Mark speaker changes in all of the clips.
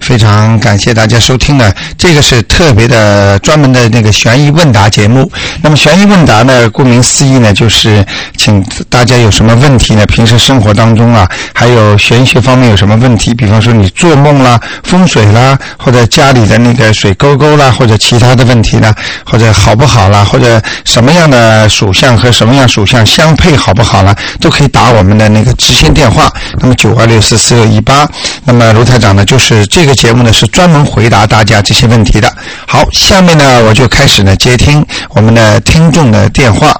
Speaker 1: 非常感谢大家收听呢，这个是特别的专门的那个悬疑问答节目。那么悬疑问答呢，顾名思义呢，就是请大家有什么问题呢？平时生活当中啊，还有玄学方面有什么问题？比方说你做梦啦、风水啦，或者家里的那个水沟沟啦，或者其他的问题呢，或者好不好啦，或者什么样的属相和什么样属相相配好不好啦，都可以打我们的那个直线电话，那么九二六四四六一八。那么卢台长呢，就是这个节目呢是专门回答大家这些问题的。好，下面呢我就开始呢接听我们的听众的电话。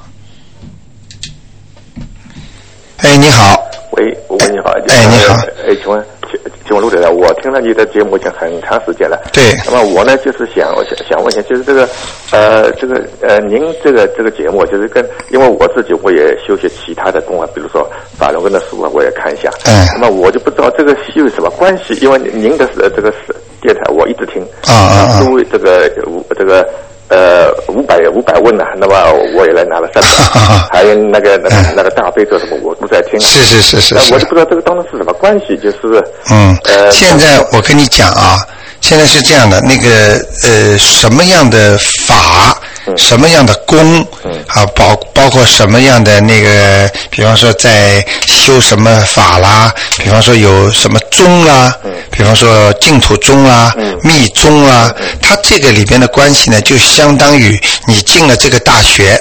Speaker 1: 哎，你好，
Speaker 2: 喂，喂，你好，
Speaker 1: 哎你好
Speaker 2: 哎，请问，请请问陆队长，我听了你的节目已经很长时间了。
Speaker 1: 对
Speaker 2: 那么我呢，就是想我想想问一下，就是这个，呃，这个呃，您这个这个节目，就是跟，因为我自己我也修些其他的功啊，比如说法轮功的书啊，我也看一下。
Speaker 1: 哎
Speaker 2: 那么我就不知道这个是有什么关系，因为您的呃这个是电台我一直听。
Speaker 1: 啊啊啊
Speaker 2: 因为这个五这个。呃，五百五百问呢，那么我也来拿了三 本，还有那个那个那个大悲咒什么，我都在听。
Speaker 1: 是是是是
Speaker 2: 那
Speaker 1: 是
Speaker 2: 呃我就不知道这个当中是什么关系，就是
Speaker 1: 嗯，
Speaker 2: 呃，
Speaker 1: 现在我跟你讲啊，现在是这样的，那个呃，什么样的法，什么样的功，啊，包包括什么样的那个，比方说在修什么法啦，比方说有什么宗啦，比方说净土宗啦、密宗啦，它这个里边的关系呢，就相当于你进了这个大学，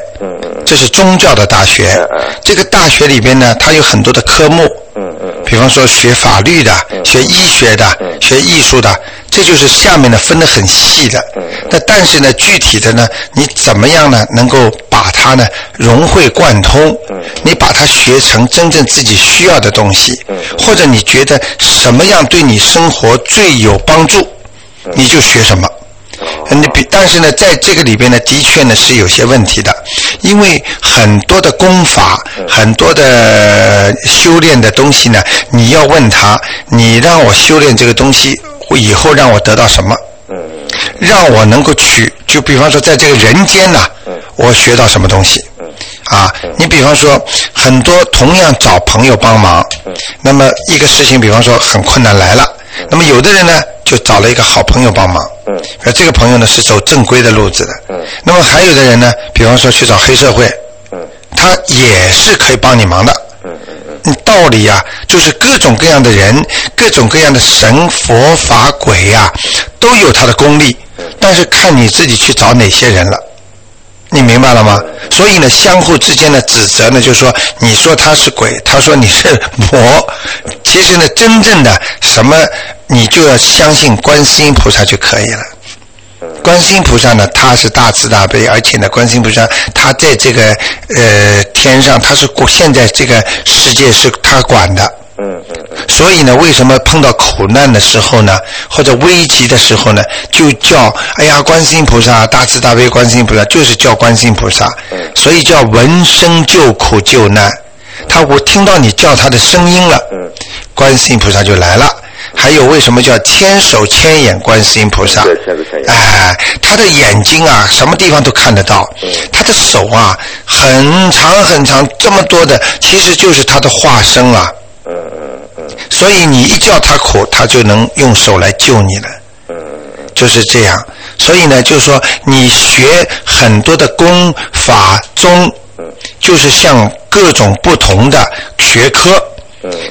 Speaker 1: 这是宗教的大学，这个大学里边呢，它有很多的科目。比方说学法律的、学医学的、学艺术的，这就是下面呢分得很细的。那但是呢，具体的呢，你怎么样呢，能够把它呢融会贯通？你把它学成真正自己需要的东西，或者你觉得什么样对你生活最有帮助，你就学什么。你比，但是呢，在这个里边呢，的确呢是有些问题的，因为很多的功法，很多的修炼的东西呢，你要问他，你让我修炼这个东西，以后让我得到什么？
Speaker 2: 嗯
Speaker 1: 让我能够取，就比方说在这个人间呐、我学到什么东西？啊，你比方说很多同样找朋友帮忙，那么一个事情，比方说很困难来了，那么有的人呢就找了一个好朋友帮忙，而这个朋友呢是走正规的路子的，那么还有的人呢，比方说去找黑社会，他也是可以帮你忙的。嗯道理啊，就是各种各样的人、各种各样的神、佛、法、鬼呀、都有他的功力，但是看你自己去找哪些人了。你明白了吗？所以呢，相互之间的指责呢，就是说，你说他是鬼，他说你是魔，其实呢，真正的什么，你就要相信观世音菩萨就可以了。观世音菩萨呢，他是大慈大悲，而且呢，观世音菩萨他在这个呃天上，他是过现在这个世界是他管的。
Speaker 2: 嗯嗯嗯
Speaker 1: 所以呢，为什么碰到苦难的时候呢，或者危急的时候呢，就叫哎呀，观世音菩萨，大慈大悲观世音菩萨，就是叫观世音菩萨，所以叫闻声救苦救难。他我听到你叫他的声音了，
Speaker 2: 嗯
Speaker 1: 观世音菩萨就来了。还有为什么叫千手千眼观世音菩萨？
Speaker 2: 对千手千眼
Speaker 1: 哎，他的眼睛啊，什么地方都看得到。他的手啊，很长很长，这么多的，其实就是他的化身啊。
Speaker 2: 嗯
Speaker 1: 所以你一叫他苦，他就能用手来救你了。就是这样。所以呢，就是说你学很多的功法宗，就是像各种不同的学科。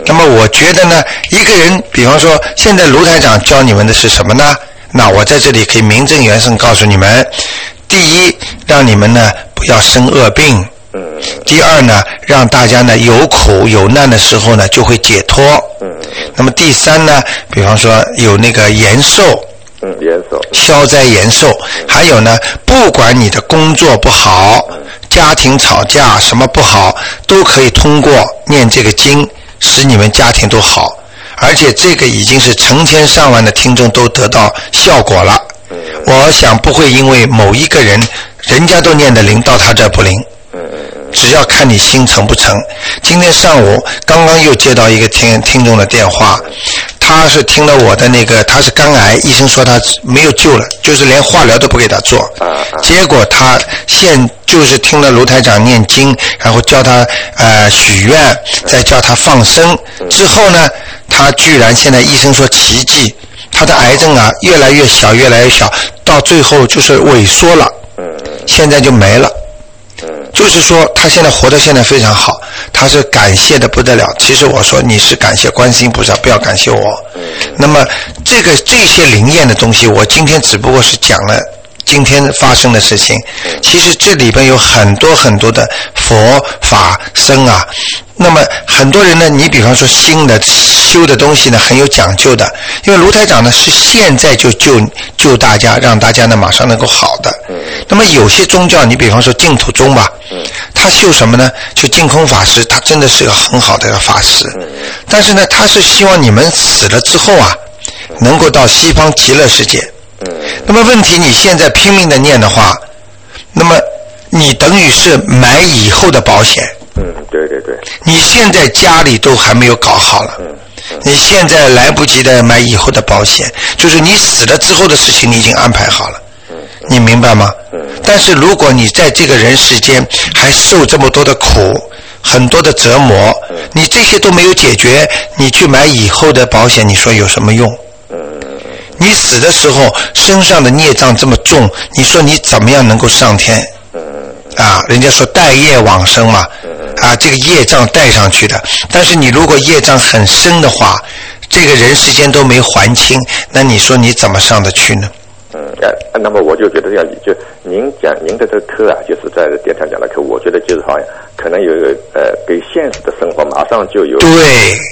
Speaker 1: 那么我觉得呢，一个人，比方说，现在卢台长教你们的是什么呢？那我在这里可以名正言顺告诉你们：第一，让你们呢不要生恶病；
Speaker 2: 嗯
Speaker 1: 第二呢，让大家呢有苦有难的时候呢就会解脱；
Speaker 2: 嗯
Speaker 1: 那么第三呢，比方说有那个延寿，
Speaker 2: 嗯，严守，
Speaker 1: 消灾延寿。还有呢，不管你的工作不好，家庭吵架什么不好，都可以通过念这个经，使你们家庭都好。而且这个已经是成千上万的听众都得到效果了。我想不会因为某一个人，人家都念的灵，到他这儿不灵。只要看你心诚不诚。今天上午刚刚又接到一个听听众的电话，他是听了我的那个，他是肝癌，医生说他没有救了，就是连化疗都不给他做。结果他现就是听了卢台长念经，然后教他呃许愿，再教他放生。之后呢，他居然现在医生说奇迹，他的癌症啊越来越小，越来越小，到最后就是萎缩了，
Speaker 2: 嗯
Speaker 1: 现在就没了。就是说，他现在活到现在非常好，他是感谢的不得了。其实我说你是感谢观世音菩萨，不要感谢我。那么这个这些灵验的东西，我今天只不过是讲了今天发生的事情。其实这里边有很多很多的佛法僧啊。那么很多人呢，你比方说新的修的东西呢，很有讲究的。因为卢台长呢是现在就救救大家，让大家呢马上能够好的。那么有些宗教，你比方说净土宗吧，他修什么呢？就净空法师，他真的是个很好的一个法师。但是呢，他是希望你们死了之后啊，能够到西方极乐世界。那么问题，你现在拼命的念的话，那么你等于是买以后的保险。
Speaker 2: 嗯，对对对，
Speaker 1: 你现在家里都还没有搞好了，你现在来不及的买以后的保险，就是你死了之后的事情，你已经安排好了，你明白吗？但是如果你在这个人世间还受这么多的苦，很多的折磨，你这些都没有解决，你去买以后的保险，你说有什么用？你死的时候身上的孽障这么重，你说你怎么样能够上天？啊，人家说带业往生嘛，
Speaker 2: 嗯
Speaker 1: 啊，这个业障带上去的。但是你如果业障很深的话，这个人世间都没还清，那你说你怎么上得去呢？
Speaker 2: 嗯，哎、啊那么我就觉得这样，就您讲您的这个课啊，就是在电台讲的课，我觉得就是好像可能有呃，给现实的生活马上就有
Speaker 1: 对，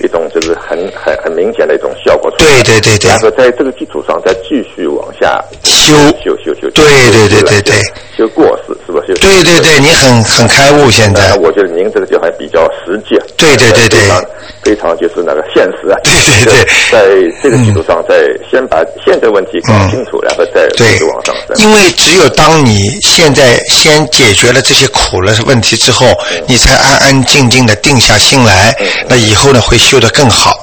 Speaker 2: 一种就是很很很明显的一种效果出来。
Speaker 1: 对对对对
Speaker 2: 然后在这个基础上再继续往下
Speaker 1: 修
Speaker 2: 修修修，
Speaker 1: 对对对对对，
Speaker 2: 修过失是吧？修
Speaker 1: 对对对，你很很开悟现在
Speaker 2: 那。我觉得您这个就还比较实际，
Speaker 1: 嗯
Speaker 2: 啊呃
Speaker 1: 对对对对
Speaker 2: 非常非常就是那个现实啊，
Speaker 1: 对嗯对对
Speaker 2: 在这个基础上，再先把现在问题搞清楚，然后再
Speaker 1: 嗯对
Speaker 2: 再往上再，
Speaker 1: 因为只有当你现在先解决了这些苦了问题之后，你才安安静静的定下心来，那以后呢会修得更好。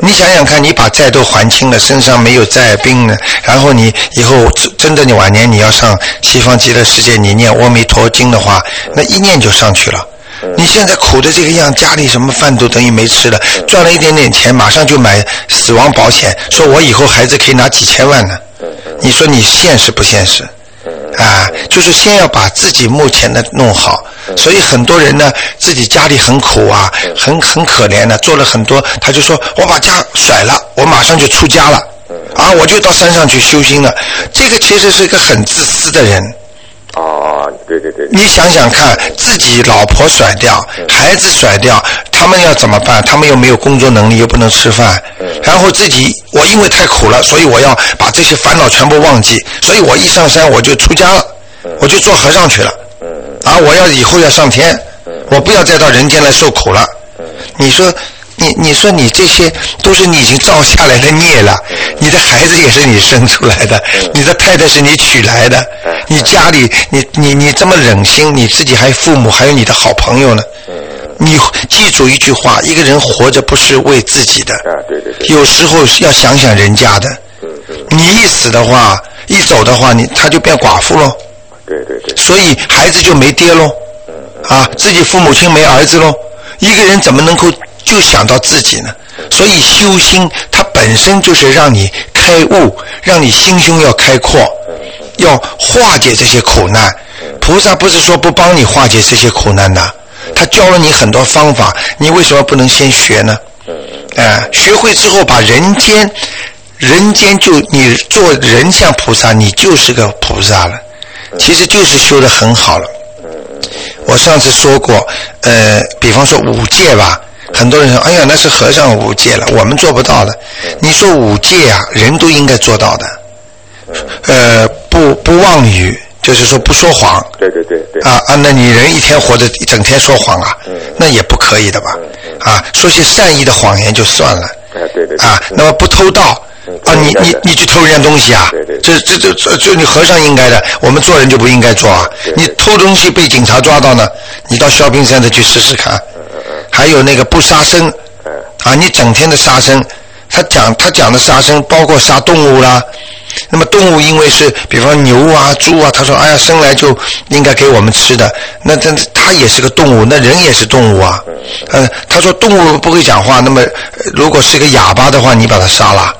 Speaker 1: 你想想看，你把债都还清了，身上没有债病了，然后你以后真真的你晚年你要上西方极乐世界，你念阿弥陀经的话，那一念就上去了。你现在苦的这个样，家里什么饭都等于没吃了，赚了一点点钱，马上就买死亡保险，说我以后孩子可以拿几千万呢。你说你现实不现实？啊，就是先要把自己目前的弄好。所以很多人呢，自己家里很苦啊，很很可怜的、啊做了很多，他就说我把家甩了，我马上就出家了，啊，我就到山上去修心了。这个其实是一个很自私的人。
Speaker 2: 啊，对对对，
Speaker 1: 你想想看，自己老婆甩掉，孩子甩掉，他们要怎么办？他们又没有工作能力，又不能吃饭，然后自己我因为太苦了，所以我要把这些烦恼全部忘记，所以我一上山我就出家了，我就做和尚去了，啊，我要以后要上天，我不要再到人间来受苦了。你说，你你说你这些都是你已经造下来的孽了，你的孩子也是你生出来的，你的太太是你娶来的，你家里你你你这么忍心，你自己还有父母还有你的好朋友呢。你记住一句话：一个人活着不是为自己的，
Speaker 2: 啊，对对对，
Speaker 1: 有时候是要想想人家的。你一死的话，一走的话，你他就变寡妇喽。
Speaker 2: 对对对，
Speaker 1: 所以孩子就没爹喽，啊，自己父母亲没儿子喽。一个人怎么能够就想到自己呢？所以修心，它本身就是让你开悟，让你心胸要开阔，要化解这些苦难。菩萨不是说不帮你化解这些苦难的，他教了你很多方法，你为什么不能先学呢？哎、学会之后，把人间，人间就你做人像菩萨，你就是个菩萨了，其实就是修得很好了。我上次说过，呃，比方说五戒吧，很多人说，哎呀，那是和尚五戒了，我们做不到的。你说五戒啊，人都应该做到的。呃，不不妄语，就是说不说谎。
Speaker 2: 对对对对，
Speaker 1: 啊啊，那你人一天活着，一整天说谎啊，那也不可以的吧？啊，说些善意的谎言就算了。
Speaker 2: 哎对对对
Speaker 1: 啊，那么不偷盗。啊，你你你去偷人家东西啊
Speaker 2: 对对？
Speaker 1: 这这这这这你和尚应该的，我们做人就不应该做啊！你偷东西被警察抓到呢，你到 shopping center 去试试看。
Speaker 2: 嗯
Speaker 1: 还有那个不杀生，啊，你整天的杀生，他讲他讲的杀生包括杀动物啦。那么动物因为是，比方牛啊、猪啊，他说，哎呀，生来就应该给我们吃的。那他他也是个动物，那人也是动物啊。嗯，他说动物不会讲话，那么呃如果是个哑巴的话，你把它杀了。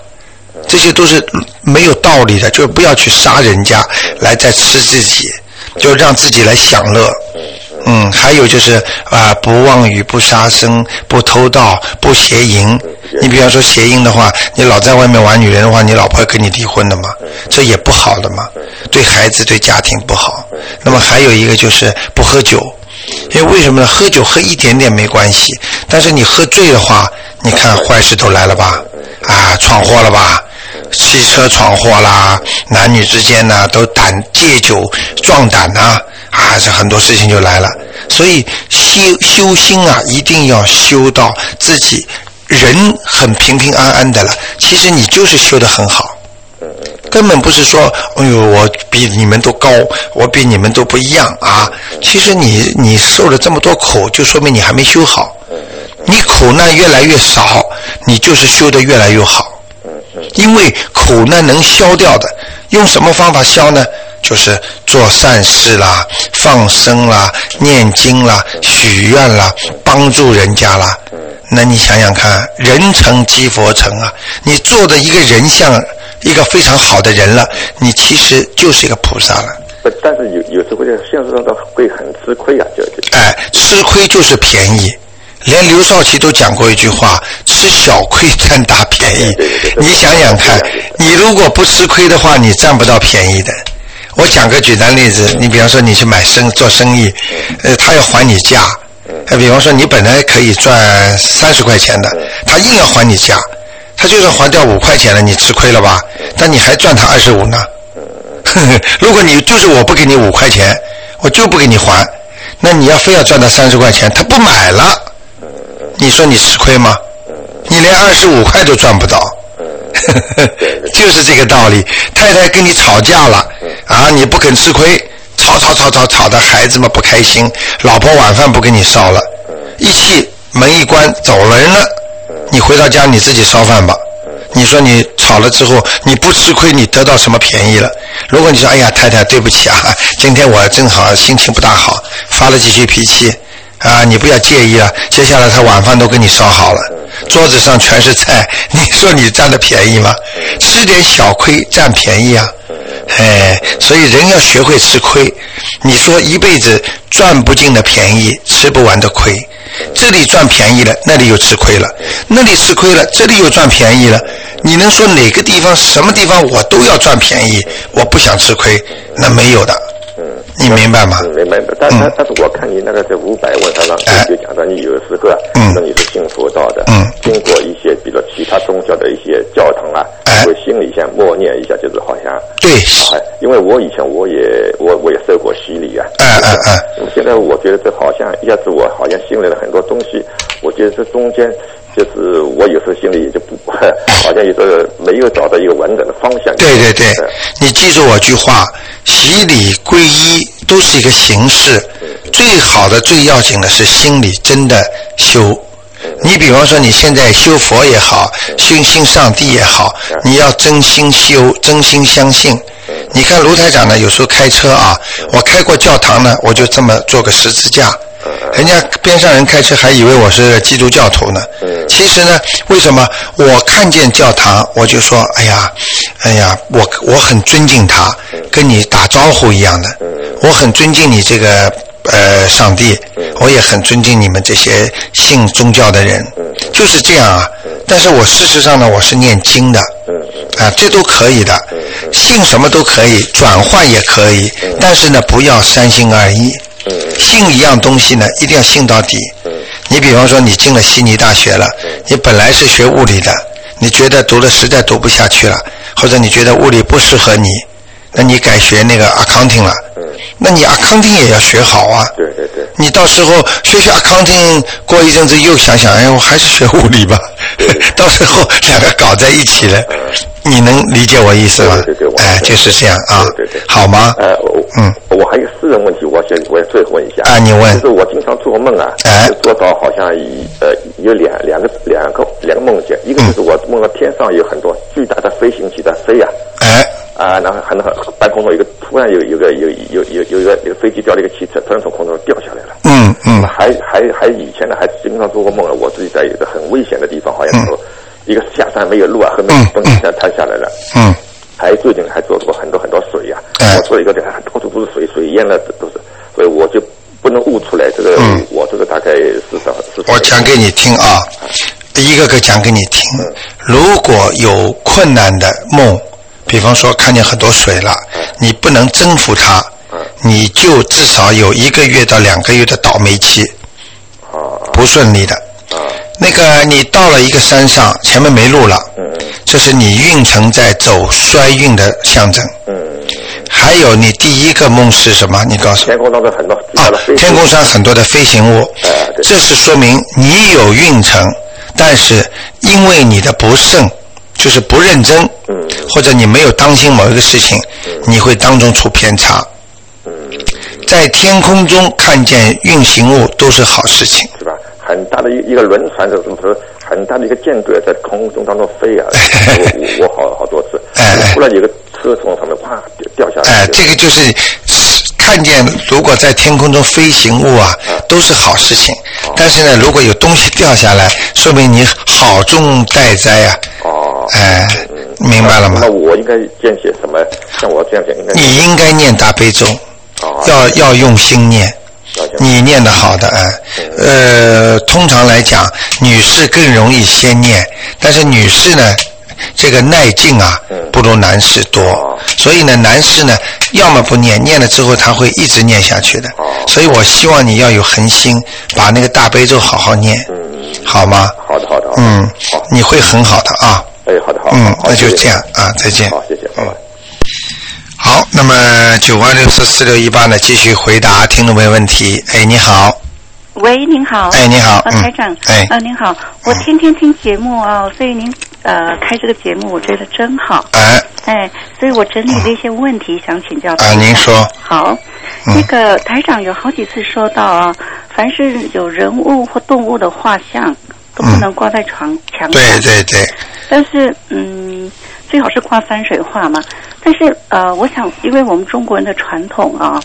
Speaker 1: 这些都是没有道理的，就是不要去杀人家来再吃自己，就让自己来享乐。嗯，还有就是啊、不妄语、不杀生、不偷盗、不邪淫。你比方说邪淫的话，你老在外面玩女人的话，你老婆跟你离婚的嘛，这也不好的嘛，对孩子、对家庭不好。那么还有一个就是不喝酒，因哎为为什么呢？喝酒喝一点点没关系，但是你喝醉的话，你看坏事都来了吧？啊，闯祸了吧？汽车闯祸啦，男女之间呢、都胆借酒壮胆呐、啊，这很多事情就来了。所以修修心啊，一定要修到自己人很平平安安的了。其实你就是修得很好，根本不是说，哎呦，我比你们都高，我比你们都不一样啊。其实你你受了这么多苦，就说明你还没修好。你苦难越来越少，你就是修得越来越好。因为苦难能消掉的，用什么方法消呢？就是做善事啦、放生啦、念经啦、许愿啦、帮助人家啦。那你想想看，人成即佛成啊！你做的一个人像一个非常好的人了，你其实就是一个菩萨了。
Speaker 2: 不，但是有有时候在现实当中会很吃亏啊，就就
Speaker 1: 哎，吃亏就是便宜。连刘少奇都讲过一句话：“吃小亏占大便宜。” 你想想看，你如果不吃亏的话，你占不到便宜的。我讲个简单例子，你比方说你去买生做生意，呃，他要还你价，呃，比方说你本来可以赚三十块钱的，他硬要还你价，他就算还掉五块钱了，你吃亏了吧？但你还赚他二十五呢。 如果你就是我不给你五块钱，我就不给你还，那你要非要赚到三十块钱，他不买了，你说你吃亏吗？你连二十五块都赚不到， 就是这个道理。太太跟你吵架了，啊，你不肯吃亏，吵吵吵吵吵的孩子们不开心，老婆晚饭不给你烧了，一气门一关走人了，你回到家你自己烧饭吧。你说你吵了之后，你不吃亏，你得到什么便宜了？如果你说，哎呀，太太，对不起啊，今天我正好心情不大好，发了几句脾气，啊，你不要介意啊。接下来他晚饭都给你烧好了，桌子上全是菜，你说你占了便宜吗？吃点小亏占便宜啊。哎，所以人要学会吃亏。你说一辈子赚不尽的便宜，吃不完的亏。这里赚便宜了，那里又吃亏了；那里吃亏了，这里又赚便宜了。你能说哪个地方、什么地方我都要赚便宜，我不想吃亏？那没有的，你明白吗？
Speaker 2: 嗯明白的。但但但是我看你那个这五百问他上
Speaker 1: 哎
Speaker 2: 就讲到你有的时候啊，那你是信佛道的，
Speaker 1: 嗯
Speaker 2: 经过一些比如其他宗教的一些教堂啊，
Speaker 1: 哎
Speaker 2: 会心里先默念一下，就是好像。
Speaker 1: 对，
Speaker 2: 哎，因为我以前我也我我也受过洗礼啊，
Speaker 1: 哎哎哎，
Speaker 2: 现在我觉得这好像一下子我好像心里了很多东西，我觉得这中间就是我有时候心里就不 好像有时候没有找到一个完整的方向。
Speaker 1: 对对对
Speaker 2: 哎，
Speaker 1: 你记住我句话：洗礼、皈依都是一个形式，最好的、最要紧的是心里真的修。你比方说，你现在修佛也好，修信上帝也好，你要真心修，真心相信。你看卢台长呢，有时候开车啊，我开过教堂呢，我就这么做个十字架，人家边上人开车还以为我是基督教徒呢。其实呢，为什么我看见教堂，我就说，哎呀，哎呀，我我很尊敬他，跟你打招呼一样的，我很尊敬你这个呃上帝，我也很尊敬你们这些信宗教的人，就是这样啊。但是我事实上呢，我是念经的，啊，这都可以的，信什么都可以，转换也可以，但是呢，不要三心二意。信一样东西呢，一定要信到底。你比方说，你进了悉尼大学了，你本来是学物理的，你觉得读的实在读不下去了，或者你觉得物理不适合你，那你改学那个 accounting 了。那你 accounting 也要学好啊。
Speaker 2: 对对对，
Speaker 1: 你到时候学学 accounting，过一阵子又想想，哎，我还是学物理吧。 到时候两个搞在一起了，你能理解我意思吗
Speaker 2: 对对对我？
Speaker 1: 哎，就是这样啊
Speaker 2: 对对对，
Speaker 1: 好吗？
Speaker 2: 呃，我
Speaker 1: 嗯，
Speaker 2: 我还有私人问题，我想我也最后问一下
Speaker 1: 啊你问
Speaker 2: 就是我经常做梦啊，
Speaker 1: 哎
Speaker 2: 就做到好像一呃有两两个两个两个梦境，一个就是
Speaker 1: 嗯
Speaker 2: 我梦到天上有很多巨大的飞行器在飞呀、
Speaker 1: 哎，
Speaker 2: 啊，然后很很半空中有一个突然有有个有有有有一个有个飞机掉了一个汽车，突然从空中掉下来了。
Speaker 1: 嗯嗯
Speaker 2: 啊
Speaker 1: 嗯
Speaker 2: 还还还以前呢，还经常做过梦了，我自己在一个很危险的地方，好像说一个下山没有路啊，很多东西全摊下来了。
Speaker 1: 嗯，
Speaker 2: 还最近还做过很多很多水呀、
Speaker 1: 哎
Speaker 2: 我做一个这个到处都是水，水淹了都是，所以我就不能悟出来这个，我这个大概是什么？是什么
Speaker 1: 嗯我讲给你听啊，一个个讲给你听。如果有困难的梦，比方说看见很多水了，你不能征服它，你就至少有一个月到两个月的倒霉期，不顺利的。那个你到了一个山上，前面没路了，这是你运程在走衰运的象征。还有你第一个梦是什么？你告诉我。
Speaker 2: 嗯天空当中很多巨
Speaker 1: 啊
Speaker 2: 大的飞，机
Speaker 1: 天空上很多的飞行物
Speaker 2: 哎，对
Speaker 1: 这是说明你有运程，但是因为你的不慎，就是不认真，或者你没有当心某一个事情，你会当中出偏差。在天空中看见运行物都是好事情，
Speaker 2: 是吧？很大的一一个轮船，这种是很大的一个舰队在空中当中飞 啊，我我我好好多次
Speaker 1: 哎哎，
Speaker 2: 突然有个车从上面哗掉掉下
Speaker 1: 哎、
Speaker 2: 来，
Speaker 1: 这个就是看见如果在天空中飞行物啊，都是好事情。但是呢，如果有东西掉下来，说明你好重待灾啊。
Speaker 2: 哦，
Speaker 1: 哎、明白了吗
Speaker 2: 那？我应该建写什么？像我这样讲应该
Speaker 1: 你应该念大悲咒，
Speaker 2: 哦
Speaker 1: 要要用心念。
Speaker 2: 要求
Speaker 1: 你念的好的，哎，呃，通常来讲，女士更容易先念，但是女士呢，这个耐劲啊，不如男士多
Speaker 2: 哦，
Speaker 1: 所以呢，男士呢，要么不念，念了之后他会一直念下去的
Speaker 2: 哦，
Speaker 1: 所以我希望你要有恒心，把那个大悲咒好好念，好吗？
Speaker 2: 好的好的，好的
Speaker 1: 嗯
Speaker 2: 好，，
Speaker 1: 你会很好的啊，
Speaker 2: 哎，好的好，
Speaker 1: 嗯，
Speaker 2: 好
Speaker 1: 那就这，样
Speaker 2: 谢
Speaker 1: 啊，再见
Speaker 2: 谢。好，谢谢，拜拜。
Speaker 1: 好，那么九八六四四六一八呢，继续回答听众朋友问题。哎，你好，
Speaker 3: 喂，您好。
Speaker 1: 哎你好
Speaker 3: 呃
Speaker 1: 嗯
Speaker 3: 台长。
Speaker 1: 哎
Speaker 3: 呃，您好，我天天听节目哦，所以您呃开这个节目，我觉得真好。
Speaker 1: 哎，
Speaker 3: 哎，所以我整理了一些问题，想请教台
Speaker 1: 啊
Speaker 3: 长。
Speaker 1: 您说嗯
Speaker 3: 好，那个台长有好几次说到啊，凡是有人物或动物的画像，都不能挂在床、墙上。
Speaker 1: 嗯对对对，
Speaker 3: 但是嗯，最好是挂山水画嘛。但是呃，我想，因为我们中国人的传统啊，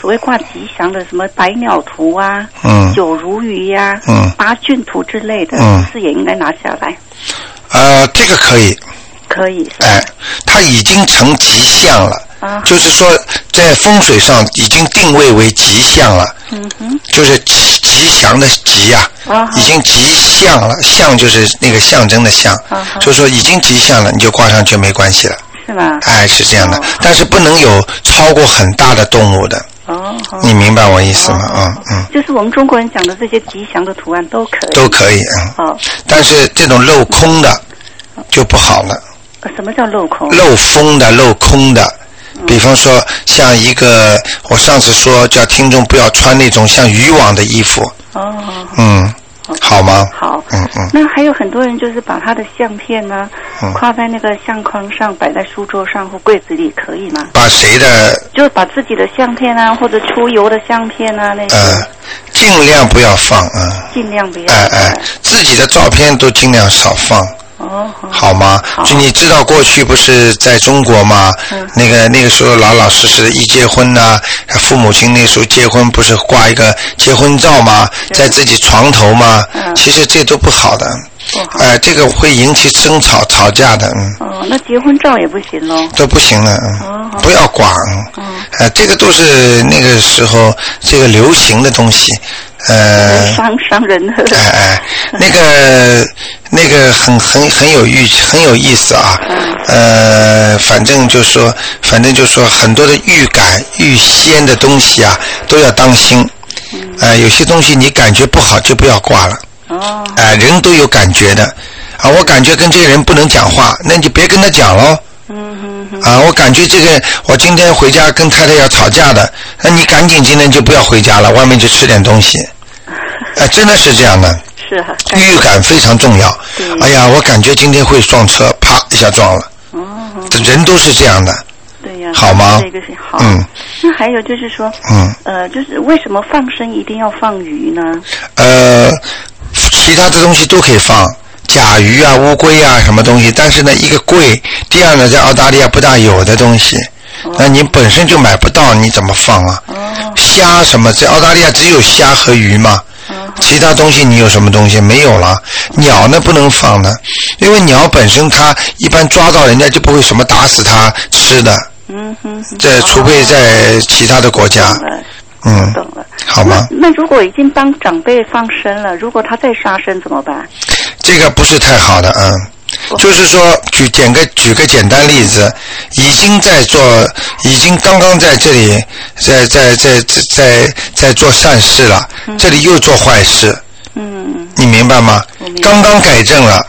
Speaker 3: 所谓挂吉祥的什么百鸟图啊、
Speaker 1: 嗯
Speaker 3: 九如鱼呀、
Speaker 1: 嗯
Speaker 3: 八骏图之类的，
Speaker 1: 嗯
Speaker 3: 是也应该拿下来，
Speaker 1: 呃，这个可以，
Speaker 3: 可以是吧
Speaker 1: 哎，它已经成吉象了，
Speaker 3: 啊
Speaker 1: 哎就是说在风水上已经定位为吉象了，
Speaker 3: 嗯哼，
Speaker 1: 就是吉吉祥的吉呀、
Speaker 3: 啊哈
Speaker 1: 已经吉象了，象就是那个象征的象，
Speaker 3: 啊哈
Speaker 1: 就是说已经吉象了，你就挂上去没关系了，
Speaker 3: 是吧？
Speaker 1: 哎，是这样的
Speaker 3: 哦，
Speaker 1: 但是不能有超过很大的动物的，
Speaker 3: 哦，哦
Speaker 1: 你明白我意思吗？
Speaker 3: 哦
Speaker 1: 嗯哎嗯，
Speaker 3: 就是我们中国人讲的这些吉祥的图案都可以。
Speaker 1: 都可以，嗯。
Speaker 3: 哦，
Speaker 1: 但是这种镂空的就不好了，
Speaker 3: 呃什么叫镂空？
Speaker 1: 镂风的、镂空的，比方说像一个，我上次说叫听众不要穿那种像渔网的衣服，
Speaker 3: 哦，
Speaker 1: 嗯，好吗？
Speaker 3: 好，
Speaker 1: 嗯嗯，
Speaker 3: 那还有很多人就是把他的相片呢
Speaker 1: 嗯，
Speaker 3: 挂在那个相框上，摆在书桌上或柜子里，可以吗？
Speaker 1: 把谁的
Speaker 3: 就是把自己的相片啊，或者出游的相片啊，那些、
Speaker 1: 呃，尽量不要放，嗯，
Speaker 3: 尽量不要。
Speaker 1: 哎哎，自己的照片都尽量少放。
Speaker 3: 哦，
Speaker 1: 好吗？
Speaker 3: 好
Speaker 1: 就你知道过去不是在中国嘛？
Speaker 3: 嗯
Speaker 1: 那个那个时候老老实实的，一结婚呐、父母亲那时候结婚不是挂一个结婚照嘛，在自己床头嘛？
Speaker 3: 嗯
Speaker 1: 其实这都不好的，
Speaker 3: 不好。
Speaker 1: 哎、这个会引起争吵、吵架的，嗯，
Speaker 3: 哦，那结婚照也不行喽。
Speaker 1: 都不行了，嗯，
Speaker 3: 哦
Speaker 1: 不要挂，嗯，
Speaker 3: 嗯，
Speaker 1: 呃，这个都是那个时候这个流行的东西，呃，
Speaker 3: 伤伤人的。
Speaker 1: 哎哎，那个那个很很很有意很有意思啊，呃，反正就说反正就说很多的预感预先的东西啊，都要当心。呃，有些东西你感觉不好就不要挂了，
Speaker 3: 哦，
Speaker 1: 哎、人都有感觉的，啊，我感觉跟这个人不能讲话，那你就别跟他讲喽，
Speaker 3: 嗯哼哼，
Speaker 1: 啊，我感觉这个我今天回家跟太太要吵架的，那你赶紧今天就不要回家了，外面去吃点东西，哎、真的是这样的，
Speaker 3: 是啊，感
Speaker 1: 预感非常重要
Speaker 3: 对。
Speaker 1: 哎呀，我感觉今天会撞车，啪一下撞了。
Speaker 3: 哦，
Speaker 1: 人都是这样的，
Speaker 3: 对呀、
Speaker 1: 好吗
Speaker 3: 这个是好。
Speaker 1: 嗯。
Speaker 3: 那还有就是说，
Speaker 1: 嗯，
Speaker 3: 呃，就是为什么放生一定要放鱼呢？
Speaker 1: 呃，其他的东西都可以放，甲鱼啊、乌龟啊什么东西，但是呢，一个贵，第二呢，在澳大利亚不大有的东西，那你本身就买不到，你怎么放啊？
Speaker 3: 哦，
Speaker 1: 虾什么，在澳大利亚只有虾和鱼嘛，
Speaker 3: 哦
Speaker 1: 其他东西你有什么东西没有了？鸟呢不能放的，因为鸟本身它一般抓到人家就不会什么打死它吃的，
Speaker 3: 嗯哼，哼
Speaker 1: 这除非在其他的国家
Speaker 3: 懂，了，
Speaker 1: 嗯，
Speaker 3: 懂了。
Speaker 1: 好吗？
Speaker 3: 那那如果已经帮长辈放生了，如果他再杀生怎么办？
Speaker 1: 这个不是太好的，
Speaker 3: 哦
Speaker 1: 嗯，就是说举简个举个简单例子，已经在做，已经刚刚在这里在在在在在在做善事了，这里又做坏事，
Speaker 3: 嗯，
Speaker 1: 你明白吗
Speaker 3: 我明？白嗯
Speaker 1: 刚刚改正了。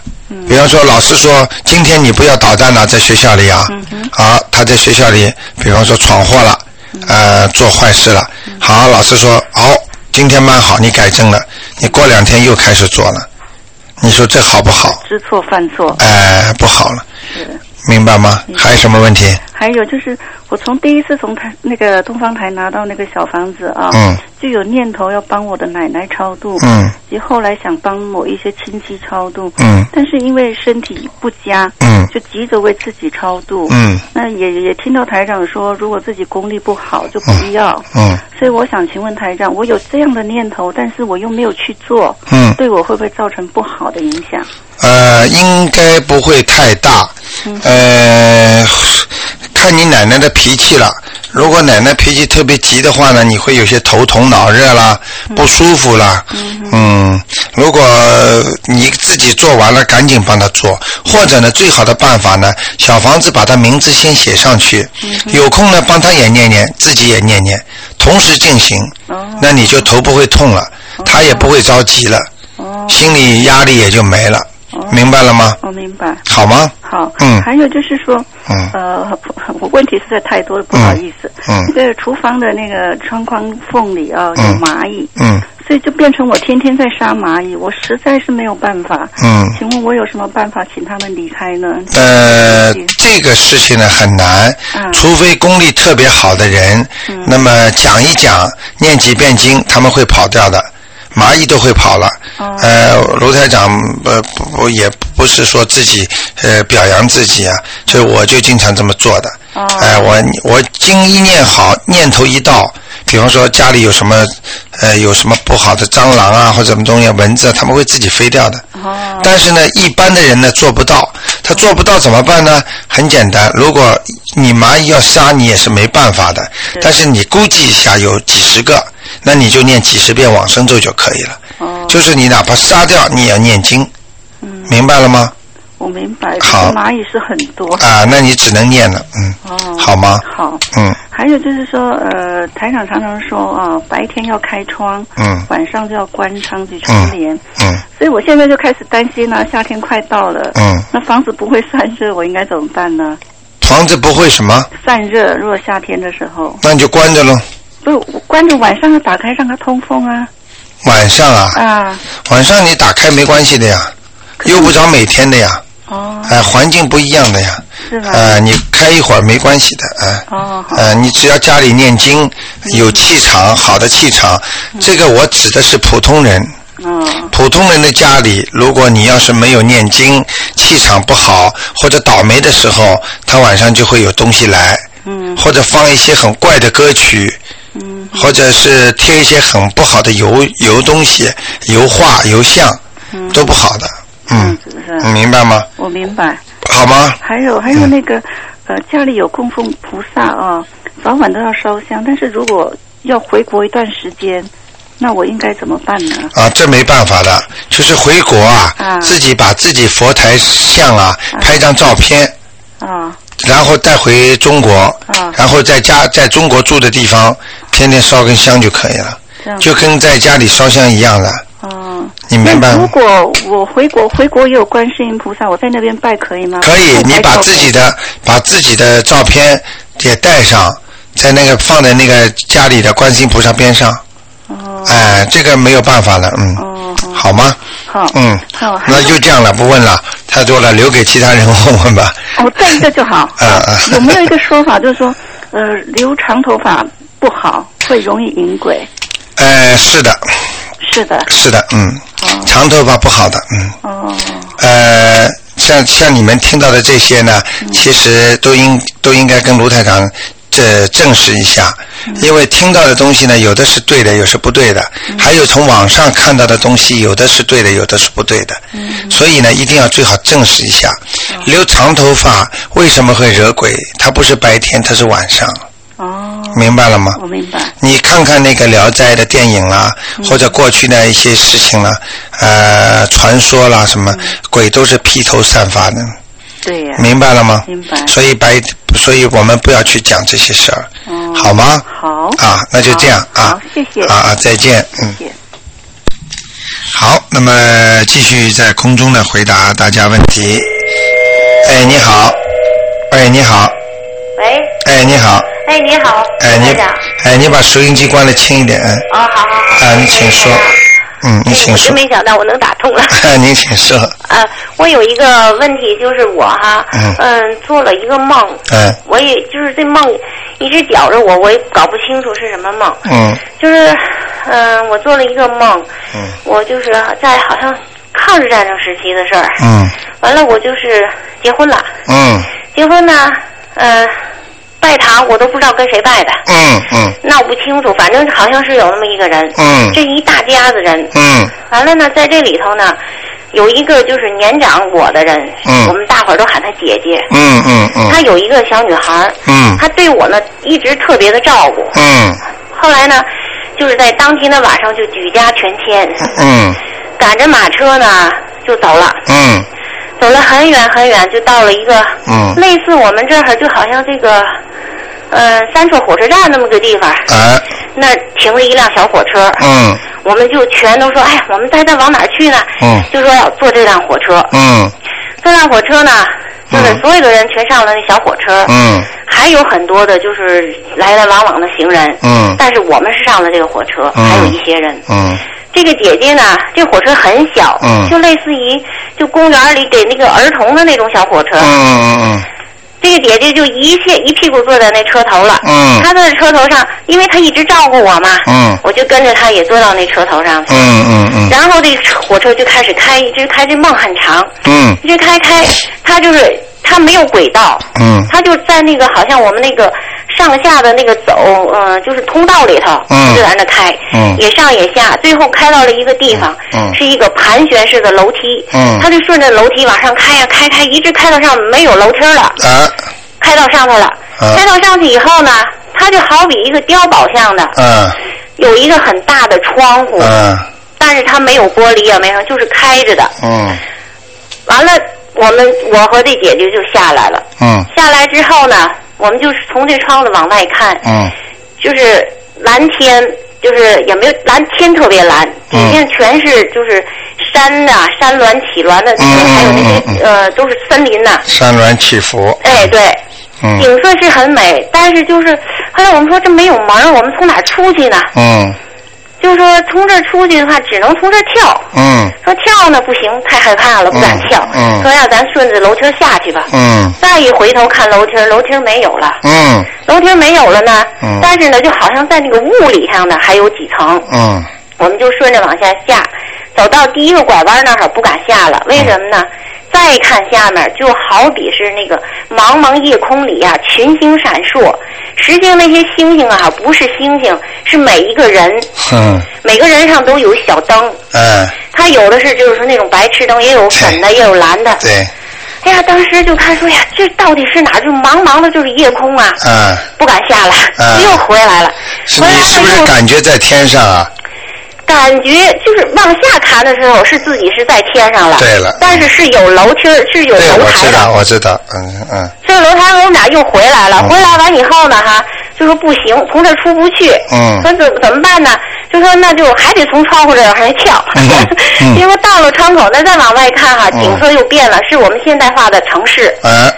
Speaker 1: 比方说，老师说今天你不要捣蛋了，在学校里啊，
Speaker 3: 嗯
Speaker 1: 好，他在学校里，比方说闯祸了，
Speaker 3: 嗯
Speaker 1: 呃，做坏事了，好，老师说，哦，今天蛮好，你改正了，你过两天又开始做了，你说这好不好？
Speaker 3: 知错犯错。
Speaker 1: 哎、不好了，
Speaker 3: 是
Speaker 1: 明白吗？还有什么问题？
Speaker 3: 还有就是，我从第一次从台那个东方台拿到那个小房子啊，
Speaker 1: 嗯
Speaker 3: 就有念头要帮我的奶奶超度，
Speaker 1: 嗯
Speaker 3: 及后来想帮某一些亲戚超度，
Speaker 1: 嗯
Speaker 3: 但是因为身体不佳，
Speaker 1: 嗯
Speaker 3: 就急着为自己超度，
Speaker 1: 嗯
Speaker 3: 那也也听到台长说，如果自己功力不好就不要，
Speaker 1: 嗯
Speaker 3: 所以我想请问台长，我有这样的念头，但是我又没有去做，
Speaker 1: 嗯，
Speaker 3: 对我会不会造成不好的影响？
Speaker 1: 呃，应该不会太大，呃，看你奶奶的脾气了。如果奶奶脾气特别急的话呢，你会有些头疼脑热啦，不舒服啦。嗯，如果你自己做完了，赶紧帮她做，或者呢，最好的办法呢，小房子把她名字先写上去，有空呢帮她也念念，自己也念念，同时进行，
Speaker 3: 哦
Speaker 1: 那你就头不会痛了，她也不会着急了。
Speaker 3: 哦，
Speaker 1: 心理压力也就没了，明白了吗？
Speaker 3: 我明白。
Speaker 1: 好吗？
Speaker 3: 好，
Speaker 1: 嗯
Speaker 3: 还有就是说，
Speaker 1: 嗯
Speaker 3: 呃，我问题实在太多了，不好意思。
Speaker 1: 嗯
Speaker 3: 那个厨房的那个窗框缝里啊、有
Speaker 1: 嗯
Speaker 3: 蚂蚁，
Speaker 1: 嗯
Speaker 3: 所以就变成我天天在杀蚂蚁，我实在是没有办法。
Speaker 1: 嗯，
Speaker 3: 请问我有什么办法请他们离开呢？
Speaker 1: 呃
Speaker 3: 谢谢，
Speaker 1: 这个事情呢很难，
Speaker 3: 嗯
Speaker 1: 除非功力特别好的人，那么讲一讲，念几遍经，他们会跑掉的。蚂蚁都会跑了，
Speaker 3: 哦
Speaker 1: 呃，卢台长呃不不也不是说自己呃表扬自己啊，所以我就经常这么做的。
Speaker 3: 哦
Speaker 1: 哎、我我经一念好，念头一到，比方说家里有什么呃有什么不好的蟑螂啊或者什么东西啊蚊子啊，他们会自己飞掉的。
Speaker 3: 哦，
Speaker 1: 但是呢，一般的人呢做不到，他做不到怎么办呢？很简单，如果你蚂蚁要杀你也是没办法的，但是你估计一下有几十个，那你就念几十遍往生咒就可以了。
Speaker 3: 哦，
Speaker 1: 就是你哪怕杀掉，你也要念经，
Speaker 3: 嗯，
Speaker 1: 明白了吗？
Speaker 3: 我明白。
Speaker 1: 好
Speaker 3: 蚂蚁是很多。
Speaker 1: 啊，那你只能念了，嗯，
Speaker 3: 哦，
Speaker 1: 好吗？
Speaker 3: 好。
Speaker 1: 嗯
Speaker 3: 还有就是说，呃，台长常常说啊，白天要开窗，
Speaker 1: 嗯
Speaker 3: 晚上就要关窗及窗帘，
Speaker 1: 嗯
Speaker 3: 所以我现在就开始担心了、夏天快到了，
Speaker 1: 嗯，
Speaker 3: 那房子不会散热，我应该怎么办呢？
Speaker 1: 房子不会什么，
Speaker 3: 散热，如果夏天的时候，
Speaker 1: 那你就关着喽。
Speaker 3: 不是我关着晚上要打开让它通风啊
Speaker 1: 晚上啊，
Speaker 3: 啊
Speaker 1: 晚上你打开没关系的呀，用不着每天的呀，
Speaker 3: 哦
Speaker 1: 哎、环境不一样的呀。
Speaker 3: 是吧？
Speaker 1: 呃，你开一会儿没关系的，啊、
Speaker 3: 哦好
Speaker 1: 呃，你只要家里念经，
Speaker 3: 嗯
Speaker 1: 有气场，好的气场，这个我指的是普通人。
Speaker 3: 哦
Speaker 1: 普通人的家里，如果你要是没有念经，气场不好或者倒霉的时候，他晚上就会有东西来，
Speaker 3: 嗯
Speaker 1: 或者放一些很怪的歌曲，
Speaker 3: 嗯
Speaker 1: 或者是贴一些很不好的油油东西、油画、油像，
Speaker 3: 嗯，
Speaker 1: 都不好的。
Speaker 3: 这样
Speaker 1: 嗯，
Speaker 3: 子是
Speaker 1: 你
Speaker 3: 吧？
Speaker 1: 明白吗？
Speaker 3: 我明白。
Speaker 1: 好吗？
Speaker 3: 还有还有那个呃，家里有供奉菩萨
Speaker 1: 嗯
Speaker 3: 啊，早晚都要烧香，但是如果要回国一段时间，那我应该怎么办呢？
Speaker 1: 啊，这没办法的，就是回国啊，
Speaker 3: 啊
Speaker 1: 自己把自己佛台像啊拍张照片，
Speaker 3: 啊
Speaker 1: 然后带回中国，
Speaker 3: 啊
Speaker 1: 然后在家在中国住的地方，天天烧根香就可以了，
Speaker 3: 这样
Speaker 1: 就跟在家里烧香一样的，
Speaker 3: 哦。
Speaker 1: 你明白
Speaker 3: 那如
Speaker 1: 吗？
Speaker 3: 果我回国，回国也有观世音菩萨，我在那边拜可以吗？
Speaker 1: 可以
Speaker 3: 我，
Speaker 1: 你
Speaker 3: 拍
Speaker 1: 把
Speaker 3: 照
Speaker 1: 自
Speaker 3: 片
Speaker 1: 己的把自己的照片也带上，在那个放在那个家里的观世音菩萨边上，
Speaker 3: 哦
Speaker 1: 哎，这个没有办法了，嗯，
Speaker 3: 哦哦
Speaker 1: 好吗？
Speaker 3: 好
Speaker 1: 嗯
Speaker 3: 好，还
Speaker 1: 那
Speaker 3: 有
Speaker 1: 就这样了，不问了，太多了，留给其他人问问吧。
Speaker 3: 哦，再一个就好。
Speaker 1: 啊啊
Speaker 3: 有没有一个说法，就是说，呃，留长头发不好，会容易引鬼？
Speaker 1: 呃，是的，
Speaker 3: 是的，
Speaker 1: 是的，嗯，
Speaker 3: 哦
Speaker 1: 长头发不好的，嗯，
Speaker 3: 哦
Speaker 1: 呃，像像你们听到的这些呢，其实都应都应该跟卢台长这证实一下，因为听到的东西呢，有的是对的，有是不对的，还有从网上看到的东西，有的是对的，有的是不对的，所以呢，一定要最好证实一下。留长头发为什么会惹鬼？它不是白天，它是晚上，
Speaker 3: 哦，
Speaker 1: 明白了吗？
Speaker 3: 我明白，
Speaker 1: 你看看那个《聊斋》的电影啦，
Speaker 4: 嗯
Speaker 1: 或者过去的一些事情啦，呃，传说啦，什么
Speaker 4: 嗯
Speaker 1: 鬼都是披头散发的，
Speaker 3: 对呀、
Speaker 1: 明白了吗？
Speaker 4: 嗯
Speaker 3: 明白
Speaker 1: 所以白，所以我们不要去讲这些事儿，
Speaker 3: 哦
Speaker 4: 嗯
Speaker 1: 好吗？
Speaker 3: 好
Speaker 1: 啊，那就这样
Speaker 3: 好
Speaker 1: 啊
Speaker 3: 好。谢谢
Speaker 1: 啊啊，再见。嗯。
Speaker 3: 谢谢
Speaker 1: 好，那么继续在空中呢回答大家问题。哎，你好。哎，你好。
Speaker 4: 喂，
Speaker 1: 哎，你好。
Speaker 4: 哎，你好，
Speaker 1: 哎，
Speaker 4: 卢
Speaker 1: 你
Speaker 4: 台长，
Speaker 1: 哎，你把收音机关的轻一点。嗯
Speaker 4: 哦，好好好，
Speaker 1: 啊，
Speaker 4: 哎
Speaker 1: 你请说
Speaker 4: 哎呀。
Speaker 1: 嗯，你请
Speaker 4: 哎我
Speaker 1: 说。
Speaker 4: 真没想到我能打 通了。
Speaker 1: 您请说。
Speaker 4: 呃，我有一个问题，就是我哈，
Speaker 1: 嗯
Speaker 4: 做了一个梦，
Speaker 1: 嗯
Speaker 4: 我也就是这梦一直搅着我，我也搞不清楚是什么梦。
Speaker 1: 嗯
Speaker 4: 就是，嗯、我做了一个梦，
Speaker 1: 嗯
Speaker 4: 我就是在好像抗日战争时期的事儿，
Speaker 1: 嗯
Speaker 4: 完了我就是结婚了，
Speaker 1: 嗯
Speaker 4: 结婚呢，呃，拜堂我都不知道跟谁拜的，
Speaker 1: 嗯嗯
Speaker 4: 闹不清楚，反正好像是有那么一个人，
Speaker 1: 嗯
Speaker 4: 这一大家子人，
Speaker 1: 嗯
Speaker 4: 完了呢，在这里头呢，有一个就是年长我的人，
Speaker 1: 嗯
Speaker 4: 我们大伙儿都喊她姐姐，
Speaker 1: 嗯嗯嗯
Speaker 4: 她有一个小女孩儿，
Speaker 1: 嗯
Speaker 4: 她对我呢一直特别的照顾，
Speaker 1: 嗯
Speaker 4: 后来呢，就是在当天的晚上就举家全迁，
Speaker 1: 嗯
Speaker 4: 赶着马车呢就走了，
Speaker 1: 嗯
Speaker 4: 走了很远很远，就到了一个
Speaker 1: 嗯
Speaker 4: 类似我们这儿就好像这个，呃，三岔火车站那么个地方，
Speaker 1: 哎
Speaker 4: 那停了一辆小火车，
Speaker 1: 嗯
Speaker 4: 我们就全都说，哎，我们待在往哪儿去呢？
Speaker 1: 嗯
Speaker 4: 就说要坐这辆火车，
Speaker 1: 嗯
Speaker 4: 这辆火车呢，就是所有的人全上了那小火车，
Speaker 1: 嗯
Speaker 4: 还有很多的就是来来往往的行人，
Speaker 1: 嗯
Speaker 4: 但是我们是上了这个火车，
Speaker 1: 嗯
Speaker 4: 还有一些人。
Speaker 1: 嗯
Speaker 4: 这个姐姐呢，这火车很小，
Speaker 1: 嗯
Speaker 4: 就类似于就公园里给那个儿童的那种小火车。
Speaker 1: 嗯
Speaker 4: 这个姐姐就一切一屁股坐在那车头了。
Speaker 1: 嗯
Speaker 4: 她坐在车头上，因为她一直照顾我嘛，
Speaker 1: 嗯
Speaker 4: 我就跟着她也坐到那车头上去。
Speaker 1: 嗯嗯
Speaker 4: 然后这个火车就开始开，一直开，这梦很长，
Speaker 1: 嗯
Speaker 4: 一直开开，它就是它没有轨道，
Speaker 1: 嗯
Speaker 4: 它就在那个好像我们那个上下的那个走，呃，就是通道里头，
Speaker 1: 嗯
Speaker 4: 就在那开，
Speaker 1: 嗯
Speaker 4: 也上也下，最后开到了一个地方，
Speaker 1: 嗯嗯
Speaker 4: 是一个盘旋式的楼梯，
Speaker 1: 嗯
Speaker 4: 它就顺着楼梯往上开呀、开开，一直开到上没有楼梯了，
Speaker 1: 哎
Speaker 4: 开到上头了，
Speaker 1: 嗯
Speaker 4: 开到上去以后呢，它就好比一个碉堡像的，
Speaker 1: 嗯
Speaker 4: 有一个很大的窗户，
Speaker 1: 嗯
Speaker 4: 但是它没有玻璃也啊没有，就是开着的。
Speaker 1: 嗯
Speaker 4: 完了，我们我和这姐姐就下来了。
Speaker 1: 嗯
Speaker 4: 下来之后呢，我们就是从这窗子往外看，
Speaker 1: 嗯
Speaker 4: 就是蓝天，就是也没有蓝天特别蓝，底
Speaker 1: 嗯
Speaker 4: 下全是就是山呐、山峦起峦的，
Speaker 1: 嗯
Speaker 4: 还有那些、
Speaker 1: 嗯嗯嗯
Speaker 4: 呃都是森林呐、
Speaker 1: 山峦起伏。
Speaker 4: 哎，对，
Speaker 1: 嗯
Speaker 4: 景色是很美，但是就是后来我们说这没有门儿，我们从哪儿出去呢？
Speaker 1: 嗯
Speaker 4: 就是说从这儿出去的话，只能从这儿跳。
Speaker 1: 嗯
Speaker 4: 说跳呢不行，太害怕了，不敢跳。
Speaker 1: 嗯嗯
Speaker 4: 说要咱顺着楼梯儿下去吧。
Speaker 1: 嗯
Speaker 4: 再一回头看楼梯儿，楼梯儿没有了，
Speaker 1: 嗯
Speaker 4: 楼梯儿没有了呢。
Speaker 1: 嗯
Speaker 4: 但是呢，就好像在那个物理上呢，还有几层，
Speaker 1: 嗯
Speaker 4: 我们就顺着往下下，走到第一个拐弯那儿不敢下了，为什么呢？再看下面，就好比是那个茫茫夜空里呀、群星闪烁。实际上那些星星啊，不是星星，是每一个人，
Speaker 1: 嗯
Speaker 4: 每个人上都有小灯。
Speaker 1: 哎，
Speaker 4: 它有的是就是说那种白炽灯，也有粉的，也有蓝的。
Speaker 1: 对，
Speaker 4: 哎呀，当时就看说呀，这到底是哪儿？就茫茫的，就是夜空啊，
Speaker 1: 啊，
Speaker 4: 不敢下来，
Speaker 1: 嗯
Speaker 4: 又回来了。
Speaker 1: 是
Speaker 4: 回来
Speaker 1: 你
Speaker 4: 了
Speaker 1: 是不是
Speaker 4: 又
Speaker 1: 感觉在天上啊？
Speaker 4: 感觉就是往下看的时候是自己是在天上了，
Speaker 1: 对了
Speaker 4: 但是是有楼梯儿，是有
Speaker 1: 对，
Speaker 4: 呃楼
Speaker 1: 我
Speaker 4: 台
Speaker 1: 知
Speaker 4: 的。
Speaker 1: 道，我知道，嗯嗯
Speaker 4: 这楼台我们俩又回来了，
Speaker 1: 嗯
Speaker 4: 回来完以后呢，哈，就说不行，从这儿出不去，
Speaker 1: 嗯
Speaker 4: 说怎怎么办呢？就说那就还得从窗户这儿往上跳
Speaker 1: 嗯 嗯，
Speaker 4: 结果到了窗口，那再往外看哈，
Speaker 1: 嗯
Speaker 4: 景色又变了，是我们现代化的城市，
Speaker 1: 哎，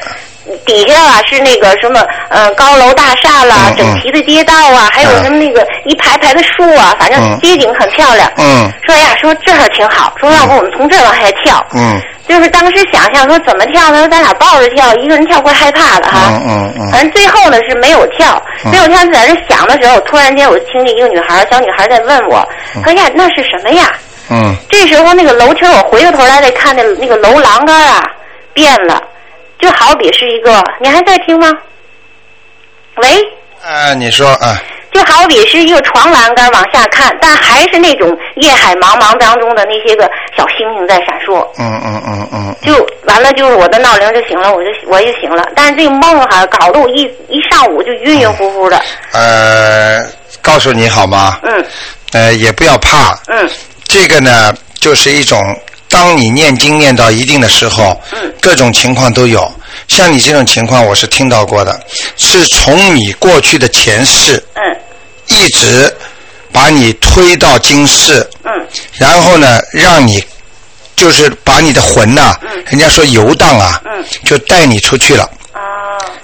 Speaker 4: 底下啊是那个什么呃高楼大厦啦
Speaker 1: 嗯嗯，
Speaker 4: 整齐的街道啊，还有
Speaker 1: 嗯
Speaker 4: 什么那个一排排的树啊，反
Speaker 1: 嗯
Speaker 4: 正街景很漂亮。
Speaker 1: 嗯
Speaker 4: 说呀，说这儿挺好，说要不我们从这儿往下跳。
Speaker 1: 嗯
Speaker 4: 就是当时想象说怎么跳呢？说咱俩抱着跳，一个人跳会害怕的哈。
Speaker 1: 嗯嗯
Speaker 4: 反正最后呢是没有跳，
Speaker 1: 嗯
Speaker 4: 没有跳，在这想的时候，突然间我听见一个女孩，小女孩在问我，说呀那是什么呀？
Speaker 1: 嗯
Speaker 4: 这时候那个楼梯，我回过头来再看那那个楼栏杆啊变了，就好比是一个，你还在听吗？喂，
Speaker 1: 啊，你说啊，
Speaker 4: 就好比是一个床栏杆往下看，但还是那种夜海茫茫当中的那些个小星星在闪烁，
Speaker 1: 嗯嗯嗯嗯，
Speaker 4: 就完了，就是我的闹铃就醒了，我就我就醒了。但是这个梦哈、搞得我一一上午就晕晕乎乎的。
Speaker 1: 呃，告诉你好吗？
Speaker 4: 嗯
Speaker 1: 呃，也不要怕，
Speaker 4: 嗯
Speaker 1: 这个呢，就是一种，当你念经念到一定的时候，
Speaker 4: 嗯
Speaker 1: 各种情况都有。像你这种情况，我是听到过的，是从你过去的前世
Speaker 4: 嗯
Speaker 1: 一直把你推到今世，
Speaker 4: 嗯
Speaker 1: 然后呢，让你就是把你的魂呐、
Speaker 4: 嗯
Speaker 1: 人家说游荡啊，
Speaker 4: 嗯
Speaker 1: 就带你出去了
Speaker 4: 啊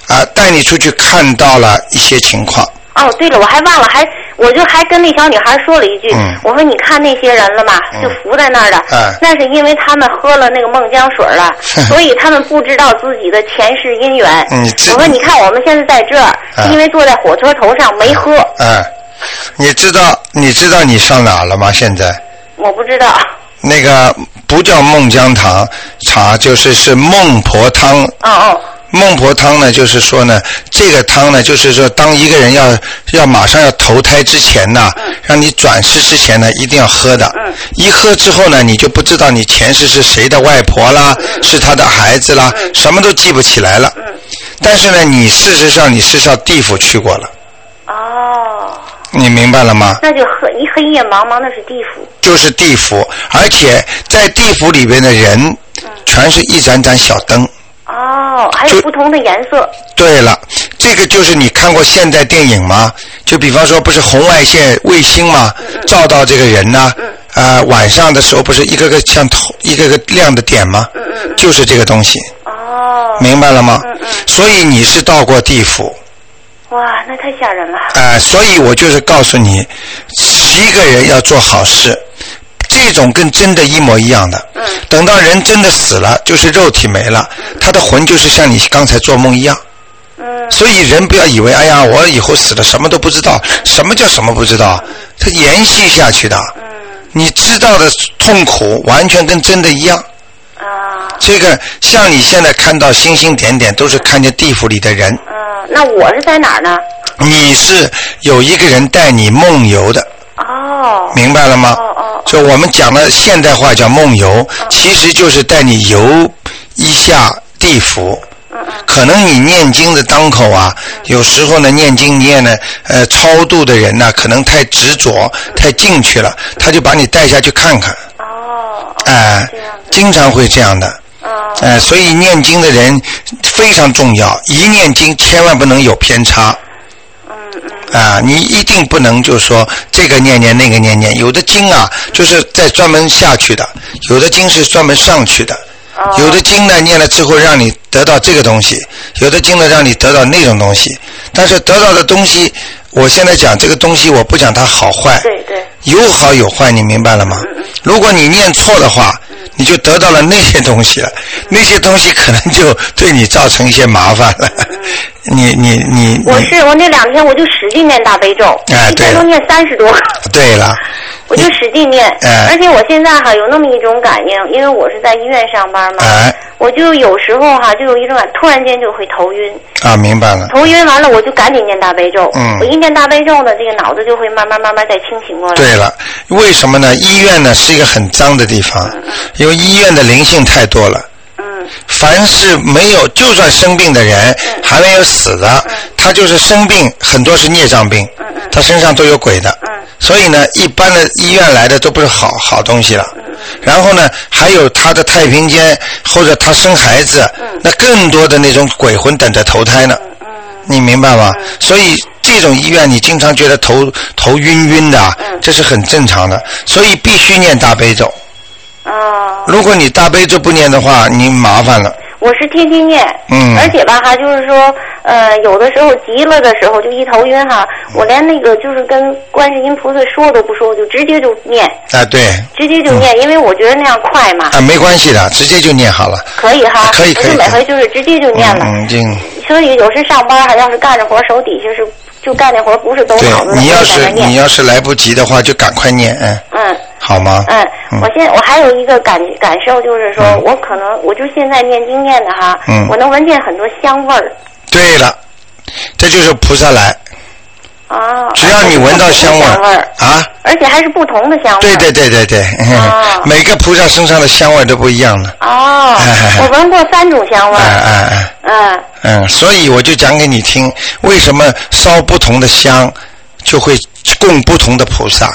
Speaker 1: 啊，带你出去看到了一些情况，
Speaker 4: 哦，对了，我还忘了，还我就还跟那小女孩说了一句，
Speaker 1: 嗯
Speaker 4: 我说你看那些人了吗？
Speaker 1: 嗯
Speaker 4: 就浮在那儿的，
Speaker 1: 哎
Speaker 4: 那是因为他们喝了那个孟姜水 了，所以他们不知道自己的前世姻缘。
Speaker 1: 嗯这
Speaker 4: 我说你看我们现在在这儿，
Speaker 1: 哎
Speaker 4: 是因为坐在火车头上没喝，
Speaker 1: 嗯，你知道你知道你上哪了吗？现在？
Speaker 4: 我不知道。
Speaker 1: 那个不叫孟姜糖茶，就是是孟婆汤。
Speaker 4: 哦哦，
Speaker 1: 孟婆汤呢，就是说呢，这个汤呢，就是说，当一个人要要马上要投胎之前呢，让你转世之前呢，一定要喝的。
Speaker 4: 嗯
Speaker 1: 一喝之后呢，你就不知道你前世是谁的外婆啦，是他的孩子啦，什么都记不起来了。但是呢，你事实上你是上地府去过了，
Speaker 4: 哦，
Speaker 1: 你明白了吗？
Speaker 4: 那就黑一黑夜茫茫，那是地府。
Speaker 1: 就是地府，而且在地府里边的人，全是一盏盏小灯。
Speaker 4: 哦，还
Speaker 1: 就
Speaker 4: 有不同的颜色。
Speaker 1: 对了，这个就是你看过现代电影吗？就比方说，不是红外线卫星吗？照到这个人呢、
Speaker 4: 嗯
Speaker 1: 呃，晚上的时候不是一个个像头一个个亮的点吗？就是这个东西，
Speaker 4: 哦，
Speaker 1: 明白了吗
Speaker 4: 嗯嗯嗯？
Speaker 1: 所以你是到过地府，
Speaker 4: 哇，那太吓人了。
Speaker 1: 呃，所以我就是告诉你，一个人要做好事，这种跟真的一模一样的。
Speaker 4: 嗯
Speaker 1: 等到人真的死了，就是肉体没了，他的魂就是像你刚才做梦一样。
Speaker 4: 嗯
Speaker 1: 所以人不要以为，哎呀，我以后死了什么都不知道，什么叫什么不知道？它延续下去的。
Speaker 4: 嗯
Speaker 1: 你知道的痛苦完全跟真的一样。
Speaker 4: 啊
Speaker 1: 这个像你现在看到星星点点，都是看见地府里的人。
Speaker 4: 啊，那我是在哪儿呢？
Speaker 1: 你是有一个人带你梦游的，
Speaker 4: 哦
Speaker 1: 明白了吗
Speaker 4: 哦哦？嗯
Speaker 1: 就我们讲的现代话叫梦游，其实就是带你游一下地府。
Speaker 4: 嗯嗯
Speaker 1: 可能你念经的当口啊，有时候呢念经念呢，呃，超度的人呢、可能太执着、
Speaker 4: 嗯
Speaker 1: 太进去了，他就把你带下去看看，
Speaker 4: 哦哦，
Speaker 1: 哎、
Speaker 4: 这样子
Speaker 1: 经常会这样的，
Speaker 4: 啊
Speaker 1: 哎、所以念经的人非常重要，一念经千万不能有偏差。
Speaker 4: 嗯嗯
Speaker 1: 啊，你一定不能就说这个念念那个念念，有的经啊就是在专门下去的，有的经是专门上去的，
Speaker 4: 哦
Speaker 1: 有的经呢念了之后让你得到这个东西，有的经呢让你得到那种东西，但是得到的东西，我现在讲这个东西，我不讲它好坏，
Speaker 4: 对对嗯
Speaker 1: 有好有坏，你明白了吗？如果你念错的话，你就得到了那些东西了，那些东西可能就对你造成一些麻烦了。你你你，你
Speaker 4: 嗯我是我那两天我就使劲念大悲咒，
Speaker 1: 哎
Speaker 4: 一
Speaker 1: 对
Speaker 4: 天
Speaker 1: 了
Speaker 4: 都念三十多个。
Speaker 1: 对了，
Speaker 4: 我就使劲念，
Speaker 1: 哎
Speaker 4: 而且我现在哈有那么一种感应，因为我是在医院上班嘛，
Speaker 1: 哎
Speaker 4: 我就有时候哈就有一种感，突然间就会头晕，
Speaker 1: 啊，明白了。
Speaker 4: 头晕完了我就赶紧念大悲咒，
Speaker 1: 嗯
Speaker 4: 我一念大悲咒呢，这个脑子就会慢慢慢慢再清醒过来。
Speaker 1: 对了，为什么呢？医院呢是一个很脏的地方，因为医院的灵性太多了。
Speaker 4: 嗯
Speaker 1: 凡是没有，就算生病的人还没有死的，他就是生病，很多是孽障病，他身上都有鬼的。所以呢，一般的医院来的都不是好好东西了。然后呢，还有他的太平间或者他生孩子，那更多的那种鬼魂等着投胎呢。你明白
Speaker 4: 嗯
Speaker 1: 吗？所以这种医院你经常觉得头头晕晕的，啊
Speaker 4: 嗯
Speaker 1: 这是很正常的。所以必须念大悲咒。
Speaker 4: 啊、
Speaker 1: 如果你大悲咒不念的话，你麻烦了。
Speaker 4: 我是天天念，
Speaker 1: 嗯
Speaker 4: 而且吧哈，就是说，呃，有的时候急了的时候就一头晕哈，我连那个就是跟观世音菩萨说都不说，我就直接就念，
Speaker 1: 啊，对，
Speaker 4: 直接就念，因为我觉得那样快嘛，
Speaker 1: 嗯啊，没关系的，直接就念好了。
Speaker 4: 可以哈，
Speaker 1: 可以可以
Speaker 4: 我就每回就是直接就念了，
Speaker 1: 嗯，经
Speaker 4: 所以有时上班哈，要是干着活手底下是就干这活不是动脑子
Speaker 1: 对
Speaker 4: 的，
Speaker 1: 你要
Speaker 4: 我就在
Speaker 1: 是
Speaker 4: 那
Speaker 1: 你
Speaker 4: 念，
Speaker 1: 要是来不及的话，就赶快念，嗯，
Speaker 4: 嗯。
Speaker 1: 好吗？
Speaker 4: 嗯，我现我还有一个感感受，就是说、我可能我就现在念经念的哈，
Speaker 1: 嗯
Speaker 4: 我能闻见很多香味儿，
Speaker 1: 对了，这就是菩萨来，
Speaker 5: 啊，
Speaker 1: 只要你闻到香味
Speaker 5: 而且是不同的香味儿，
Speaker 1: 儿啊，
Speaker 5: 而且还是不同的香味儿。
Speaker 1: 对对对对对，
Speaker 4: 啊
Speaker 5: 哦
Speaker 1: 每个菩萨身上的香味都不一样的，
Speaker 5: 哦
Speaker 1: 哎哎，哎
Speaker 5: 我闻过三种香味
Speaker 1: 啊
Speaker 5: 儿，
Speaker 1: 啊啊，
Speaker 5: 嗯，
Speaker 1: 嗯，所以我就讲给你听，为什么烧不同的香就会供不同的菩萨。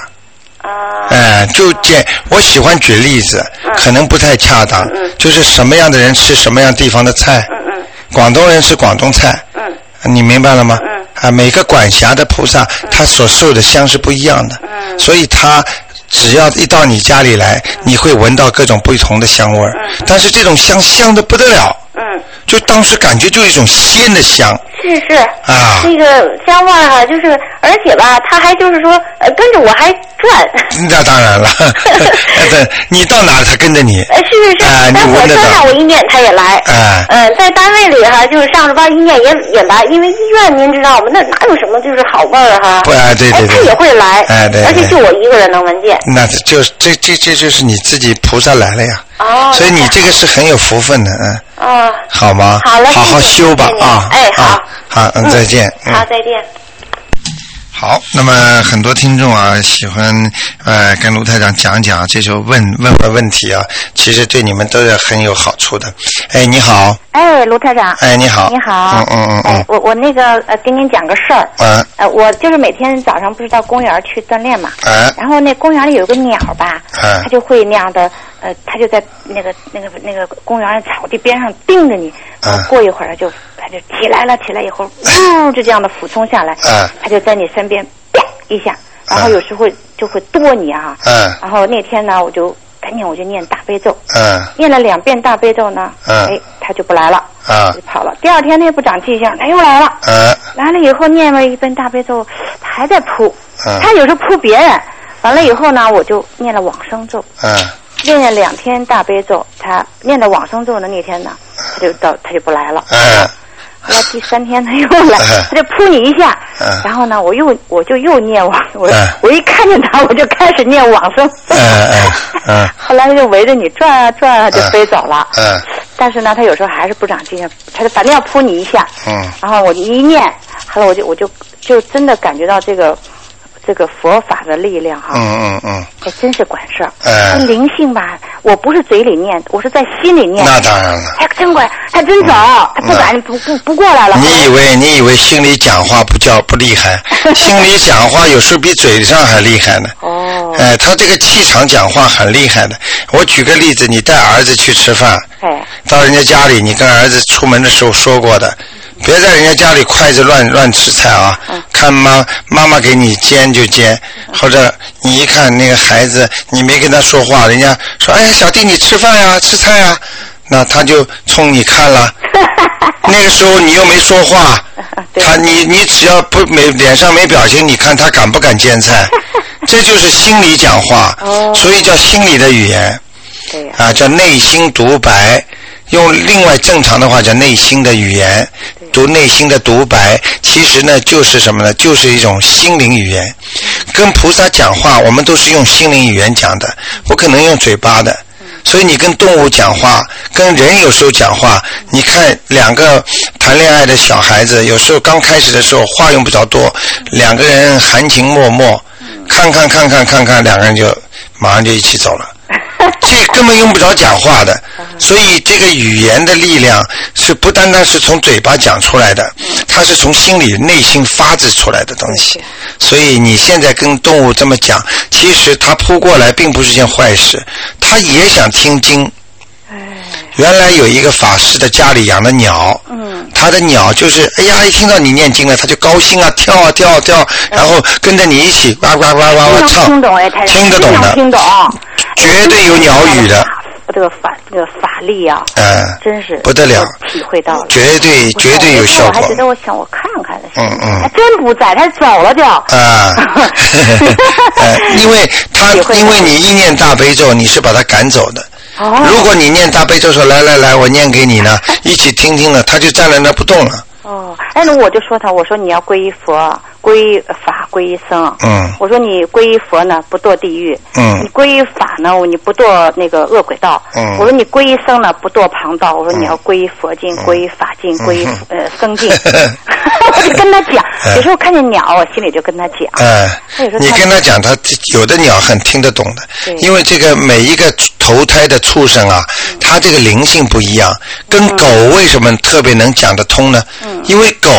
Speaker 5: 啊，嗯
Speaker 1: 哎、就简，我喜欢举例子，可能不太恰当，就是什么样的人吃什么样地方的菜，
Speaker 5: 嗯嗯
Speaker 1: 广东人吃广东菜，
Speaker 5: 嗯
Speaker 1: 你明白了吗？啊，每个管辖的菩萨，
Speaker 5: 嗯
Speaker 1: 他所受的香是不一样的，所以他只要一到你家里来，你会闻到各种不同的香味儿，但是这种香香的不得了，
Speaker 5: 嗯，
Speaker 1: 就当时感觉就有一种鲜的香
Speaker 5: 是是。
Speaker 1: 啊，
Speaker 5: 那个香味儿哈，就是而且吧，它还就是说，呃，跟着我还转，
Speaker 1: 那当然 了，对，你到哪儿他跟着你，
Speaker 5: 呃，是是是，
Speaker 1: 啊你
Speaker 5: 但
Speaker 1: 闻
Speaker 5: 火
Speaker 1: 得
Speaker 5: 车
Speaker 1: 到
Speaker 5: 上我一念它也来，
Speaker 1: 哎、
Speaker 5: 嗯，在单位里哈，就是上着班一念也也来，因为医院您知道我们那哪有什么就是好味儿哈？
Speaker 1: 不啊对对
Speaker 5: 哎
Speaker 1: 对
Speaker 5: 它也会来，
Speaker 1: 哎对
Speaker 5: 而且
Speaker 1: 对
Speaker 5: 就我一个人能闻见。
Speaker 1: 那这就这这这就是你自己菩萨来了呀，
Speaker 5: 哦，
Speaker 1: 嗯所以你这个是很有福分的，嗯，
Speaker 5: 啊，
Speaker 1: 好吗？
Speaker 5: 好嘞
Speaker 1: 好好
Speaker 5: 谢谢
Speaker 1: 修吧
Speaker 5: 谢谢
Speaker 1: 啊！
Speaker 5: 哎好
Speaker 1: 啊，好，嗯，再见。嗯
Speaker 5: 好，再见。
Speaker 1: 好，那么很多听众啊，喜欢呃跟卢台长讲讲，这时候问问问问题啊，其实对你们都是很有好处的。哎，你好，
Speaker 4: 哎，卢台长。
Speaker 1: 哎，你好，
Speaker 4: 你好。
Speaker 1: 嗯嗯嗯
Speaker 4: 哎
Speaker 1: 嗯，，
Speaker 4: 我我那个呃，跟您讲个事儿。
Speaker 1: 嗯，
Speaker 4: 呃，我就是每天早上不是到公园儿去锻炼嘛，
Speaker 1: 哎，
Speaker 4: 然后那公园里有一个鸟吧，
Speaker 1: 嗯
Speaker 4: 它就会那样的，呃，它就在那个那个那个公园的草地边上盯着你，
Speaker 1: 嗯
Speaker 4: 然后过一会儿它就它就起来了，起来以后，呜就这样的俯冲下来
Speaker 1: 嗯，
Speaker 4: 它就在你身边啪一下，然后
Speaker 1: 嗯
Speaker 4: 有时候就会跺你啊，
Speaker 1: 嗯
Speaker 4: 然后那天呢，我就赶紧我就念大悲咒，
Speaker 1: 嗯
Speaker 4: 念了两遍大悲咒呢，
Speaker 1: 嗯
Speaker 4: 哎，它就不来了，
Speaker 1: 嗯
Speaker 4: 就跑了。第二天它也不长记性，它又来了，
Speaker 1: 嗯
Speaker 4: 来了以后念了一遍大悲咒，它还在扑，
Speaker 1: 嗯
Speaker 4: 它有时候扑别人。完了以后呢，我就念了往生咒，
Speaker 1: 嗯，
Speaker 4: 念了两天大悲咒，它念的往生咒的那天呢，它就到它就不来了。
Speaker 1: 嗯
Speaker 4: 后来第三天它又来
Speaker 1: 嗯，
Speaker 4: 它就扑你一下
Speaker 1: 嗯，
Speaker 4: 然后呢，我又我就又念往，我
Speaker 1: 嗯
Speaker 4: 我一看见它，我就开始念往生
Speaker 1: 嗯
Speaker 4: 咒。
Speaker 1: 嗯
Speaker 4: 哎
Speaker 1: 嗯
Speaker 4: 后来它就围着你转啊转啊啊，就
Speaker 1: 嗯
Speaker 4: 飞走了。
Speaker 1: 嗯
Speaker 4: 但是呢，它有时候还是不长记性，它反正要扑你一下。
Speaker 1: 嗯
Speaker 4: 然后我一念，后来我就我就就真的感觉到这个这个佛法的力量哈，
Speaker 1: 嗯嗯嗯，
Speaker 4: 还真是管事儿。
Speaker 1: 哎
Speaker 4: 这灵性吧，我不是嘴里念，我是在心里念。
Speaker 1: 那当然了。
Speaker 4: 哎，真管，他真走，他不敢不不不过来了。
Speaker 1: 你以为你以为心里讲话不叫不厉 害，心里讲话有时候比嘴上还厉害呢。
Speaker 4: 哦，
Speaker 1: 哎，他这个气场讲话很厉害的。我举个例子，你带儿子去吃饭，
Speaker 4: 哎，
Speaker 1: 到人家家里，你跟儿子出门的时候说过的，别在人家家里筷子乱乱吃菜啊。
Speaker 4: 嗯
Speaker 1: 看妈妈妈给你煎就煎，或者你一看那个孩子，你没跟他说话，人家说：“哎，小弟你吃饭呀、吃菜呀、那他就冲你看 了。那个时候你又没说话，
Speaker 4: 对
Speaker 1: 他你你只要不没脸上没表情，你看他敢不敢煎菜？这就是心里讲话，
Speaker 4: 哦
Speaker 1: 所以叫心理的语言。
Speaker 4: 对呀，
Speaker 1: 啊，叫内心独白。用另外正常的话叫内心的语言，读内心的独白，其实呢就是什么呢？就是一种心灵语言。跟菩萨讲话，我们都是用心灵语言讲的，不可能用嘴巴的。
Speaker 4: 嗯
Speaker 1: 所以你跟动物讲话，跟人有时候讲话，你看两个谈恋爱的小孩子，有时候刚开始的时候话用不着多，两个人含情脉脉，
Speaker 4: 嗯
Speaker 1: 看看看看看看，两个人就马上就一起走了。这根本用不着讲话的，
Speaker 4: 嗯
Speaker 1: 所以这个语言的力量是不单单是从嘴巴讲出来的，它是从心里内心发自出来的东西。所以你现在跟动物这么讲，其实它扑过来并不是件坏事，它也想听经。
Speaker 4: 哎
Speaker 1: 原来有一个法师的家里养的鸟，嗯，他的鸟就是，哎呀，一听到你念经了，他就高兴啊，跳啊跳啊跳啊，然后跟着你一起呱呱呱呱呱
Speaker 4: 非常
Speaker 1: 唱，
Speaker 4: 听懂哎，台长，
Speaker 1: 听得懂
Speaker 4: 非
Speaker 1: 的，
Speaker 4: 常听懂，哎
Speaker 1: 绝对有鸟语的，
Speaker 4: 这个法这个法力啊，
Speaker 1: 嗯，
Speaker 4: 真是
Speaker 1: 不得了，
Speaker 4: 体会到了。
Speaker 1: 绝对
Speaker 4: 我
Speaker 1: 绝对有效
Speaker 4: 我还
Speaker 1: 果
Speaker 4: 觉得我想我看看的，
Speaker 1: 嗯嗯
Speaker 4: 还哎真不在，他走了就。！
Speaker 1: 啊呃，因为他
Speaker 4: 体会到
Speaker 1: 因为你一念大悲咒，你是把他赶走的。
Speaker 4: 哦
Speaker 1: 如果你念大悲咒说来来来，我念给你呢，一起听听呢，他就站在那不动了。
Speaker 4: 哦，哎，那我就说他，我说你要皈依佛，皈依法，皈依僧。
Speaker 1: 嗯
Speaker 4: 我说你皈依佛呢，不堕地狱。
Speaker 1: 嗯
Speaker 4: 你皈依法呢，你不堕那个恶鬼道。
Speaker 1: 嗯
Speaker 4: 我说你皈依僧
Speaker 1: 嗯
Speaker 4: 呢，不堕旁道。我说你要皈依佛经，皈依法经，皈依呃僧经。
Speaker 3: 就跟他讲，
Speaker 1: 嗯
Speaker 3: 有时候看见鸟，我心里就跟他讲。
Speaker 1: 嗯
Speaker 3: 或者说，
Speaker 1: 你
Speaker 3: 它
Speaker 1: 跟他讲，他有的鸟很听得懂的
Speaker 3: 对，
Speaker 1: 因为这个每一个投胎的畜生啊，
Speaker 3: 嗯
Speaker 1: 它这个灵性不一样，跟狗为什么特别能讲得通呢？
Speaker 3: 嗯
Speaker 1: 因为狗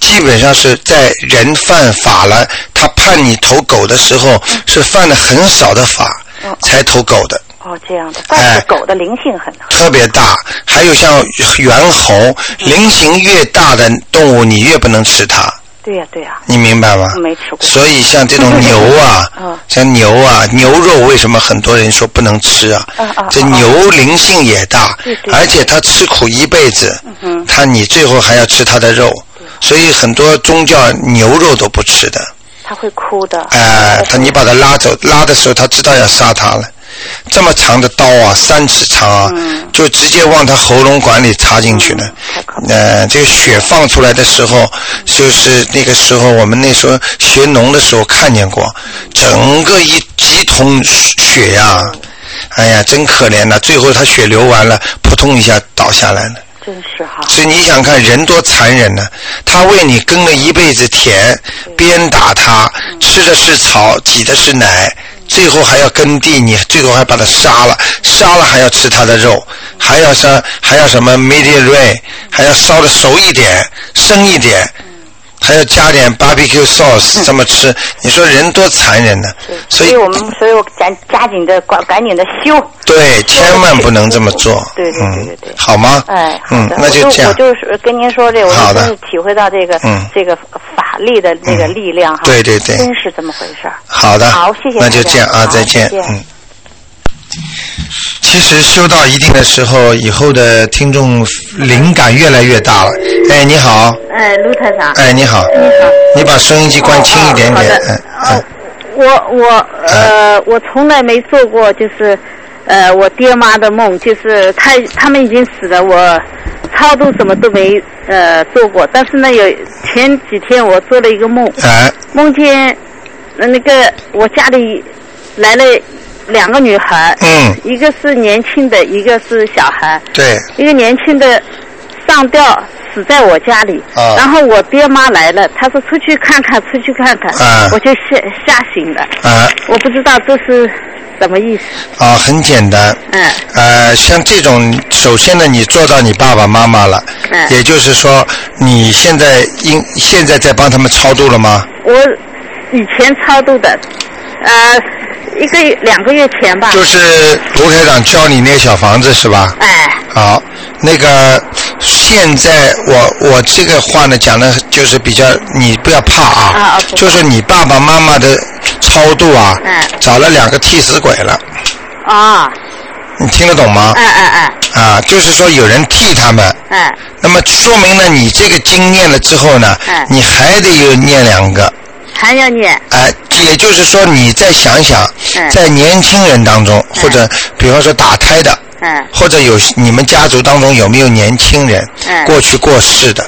Speaker 1: 基本上是在人犯法了，他判你投狗的时候是犯了很少的法
Speaker 3: 嗯哦
Speaker 1: 才投狗的。
Speaker 3: 哦，这样的，怪
Speaker 1: 哎
Speaker 3: 不得狗的灵性很好。
Speaker 1: 特别大，还有像猿
Speaker 3: 嗯
Speaker 1: 猴，灵型越大的动物，你越不能吃它。
Speaker 3: 对呀，对呀，
Speaker 1: 你明白吗？
Speaker 3: 没吃过，
Speaker 1: 所以像这种牛啊
Speaker 3: 嗯
Speaker 1: 像牛啊，牛肉为什么很多人说不能吃啊？
Speaker 3: 嗯嗯
Speaker 1: 这
Speaker 3: 嗯
Speaker 1: 牛灵性也大，
Speaker 3: 对对
Speaker 1: 而且它吃苦一辈子，
Speaker 3: 哼
Speaker 1: 它你最后还要吃它的肉，所以很多宗教牛肉都不吃的。
Speaker 3: 它会哭的。
Speaker 1: 哎、他你把他拉走，拉的时候他知道要杀他了，这么长的刀啊，三尺长啊，就直接往他喉咙管里插进去了。呃，这个血放出来的时候，就是那个时候我们那时候学农的时候看见过，整个一几桶血呀、哎呀，真可怜呐、最后他血流完了，扑通一下倒下来了。
Speaker 3: 真是哈，
Speaker 1: 所以你想看人多残忍呢、他为你耕了一辈子田，鞭打他，
Speaker 3: 嗯
Speaker 1: 吃的是草，挤的是奶，最后还要耕地，你最后还把他杀了，杀了还要吃他的肉，还要什还要什么 medium ray，还要烧的熟一点，生一点。
Speaker 3: 嗯
Speaker 1: 还要加点 barbecue sauce 这么吃，你说人多残忍呢、所以
Speaker 3: 我们，所以我赶加紧的，赶赶紧的修。
Speaker 1: 对，千万不能这么做。
Speaker 3: 对对对对
Speaker 1: 嗯
Speaker 3: 对，
Speaker 1: 好吗？
Speaker 3: 哎，好
Speaker 1: 嗯
Speaker 3: 的，
Speaker 1: 那就这样。
Speaker 3: 我就我就是跟您说这，我
Speaker 1: 好
Speaker 3: 就
Speaker 1: 的
Speaker 3: 真是体会到这个
Speaker 1: 嗯
Speaker 3: 这个法力的那个力量哈。
Speaker 1: 对对对
Speaker 3: 真是这么回事儿。
Speaker 1: 好的，
Speaker 3: 好谢谢
Speaker 1: 那就
Speaker 3: 大家
Speaker 1: 这样啊，
Speaker 3: 好
Speaker 1: 再见，
Speaker 3: 再见
Speaker 1: 嗯。其实修到一定的时候，以后的听众灵感越来越大了。哎，你好，
Speaker 4: 哎，卢台长，
Speaker 1: 哎，你好，
Speaker 4: 你好，
Speaker 1: 你把收音机关轻一点点
Speaker 4: 哦。
Speaker 1: 嗯
Speaker 4: 哦好的，哦我我
Speaker 1: 哎
Speaker 4: 呃，我从来没做过，就是呃，我爹妈的梦，就是他他们已经死了，我超度什么都没呃做过。但是呢，有前几天我做了一个梦，
Speaker 1: 哎，
Speaker 4: 梦见呃那个我家里来了两个女孩，
Speaker 1: 嗯，
Speaker 4: 一个是年轻的，一个是小孩。
Speaker 1: 对，
Speaker 4: 一个年轻的上吊死在我家里，
Speaker 1: 啊
Speaker 4: 然后我爹妈来了，他说出去看看，出去看看，
Speaker 1: 啊
Speaker 4: 我就吓吓醒了，
Speaker 1: 啊
Speaker 4: 我不知道这是什么意思，
Speaker 1: 啊，很简单。
Speaker 4: 嗯
Speaker 1: 呃，像这种，首先呢，你做到你爸爸妈妈了，
Speaker 4: 嗯
Speaker 1: 也就是说，你现在应现在在帮他们超度了吗？
Speaker 4: 我以前超度的，呃，一个两个月前吧，
Speaker 1: 就是卢台长教你那个小房子是吧？
Speaker 4: 哎，
Speaker 1: 好，那个现在我我这个话呢讲的就是比较，你不要怕啊，
Speaker 4: 啊，OK
Speaker 1: 就是你爸爸妈妈的超度啊，
Speaker 4: 嗯
Speaker 1: 找了两个替死鬼了，
Speaker 4: 啊，
Speaker 1: 你听得懂吗？
Speaker 4: 哎哎哎
Speaker 1: 啊，就是说有人替他们，
Speaker 4: 哎，
Speaker 1: 那么说明呢，你这个经念了之后呢，
Speaker 4: 嗯
Speaker 1: 你还得有念两个，
Speaker 4: 还要念，
Speaker 1: 哎、也就是说你再想想，
Speaker 4: 嗯
Speaker 1: 在年轻人当中，或者比方说打胎的，
Speaker 4: 嗯
Speaker 1: 或者有你们家族当中有没有年轻人、
Speaker 4: 嗯
Speaker 1: 过去过世的？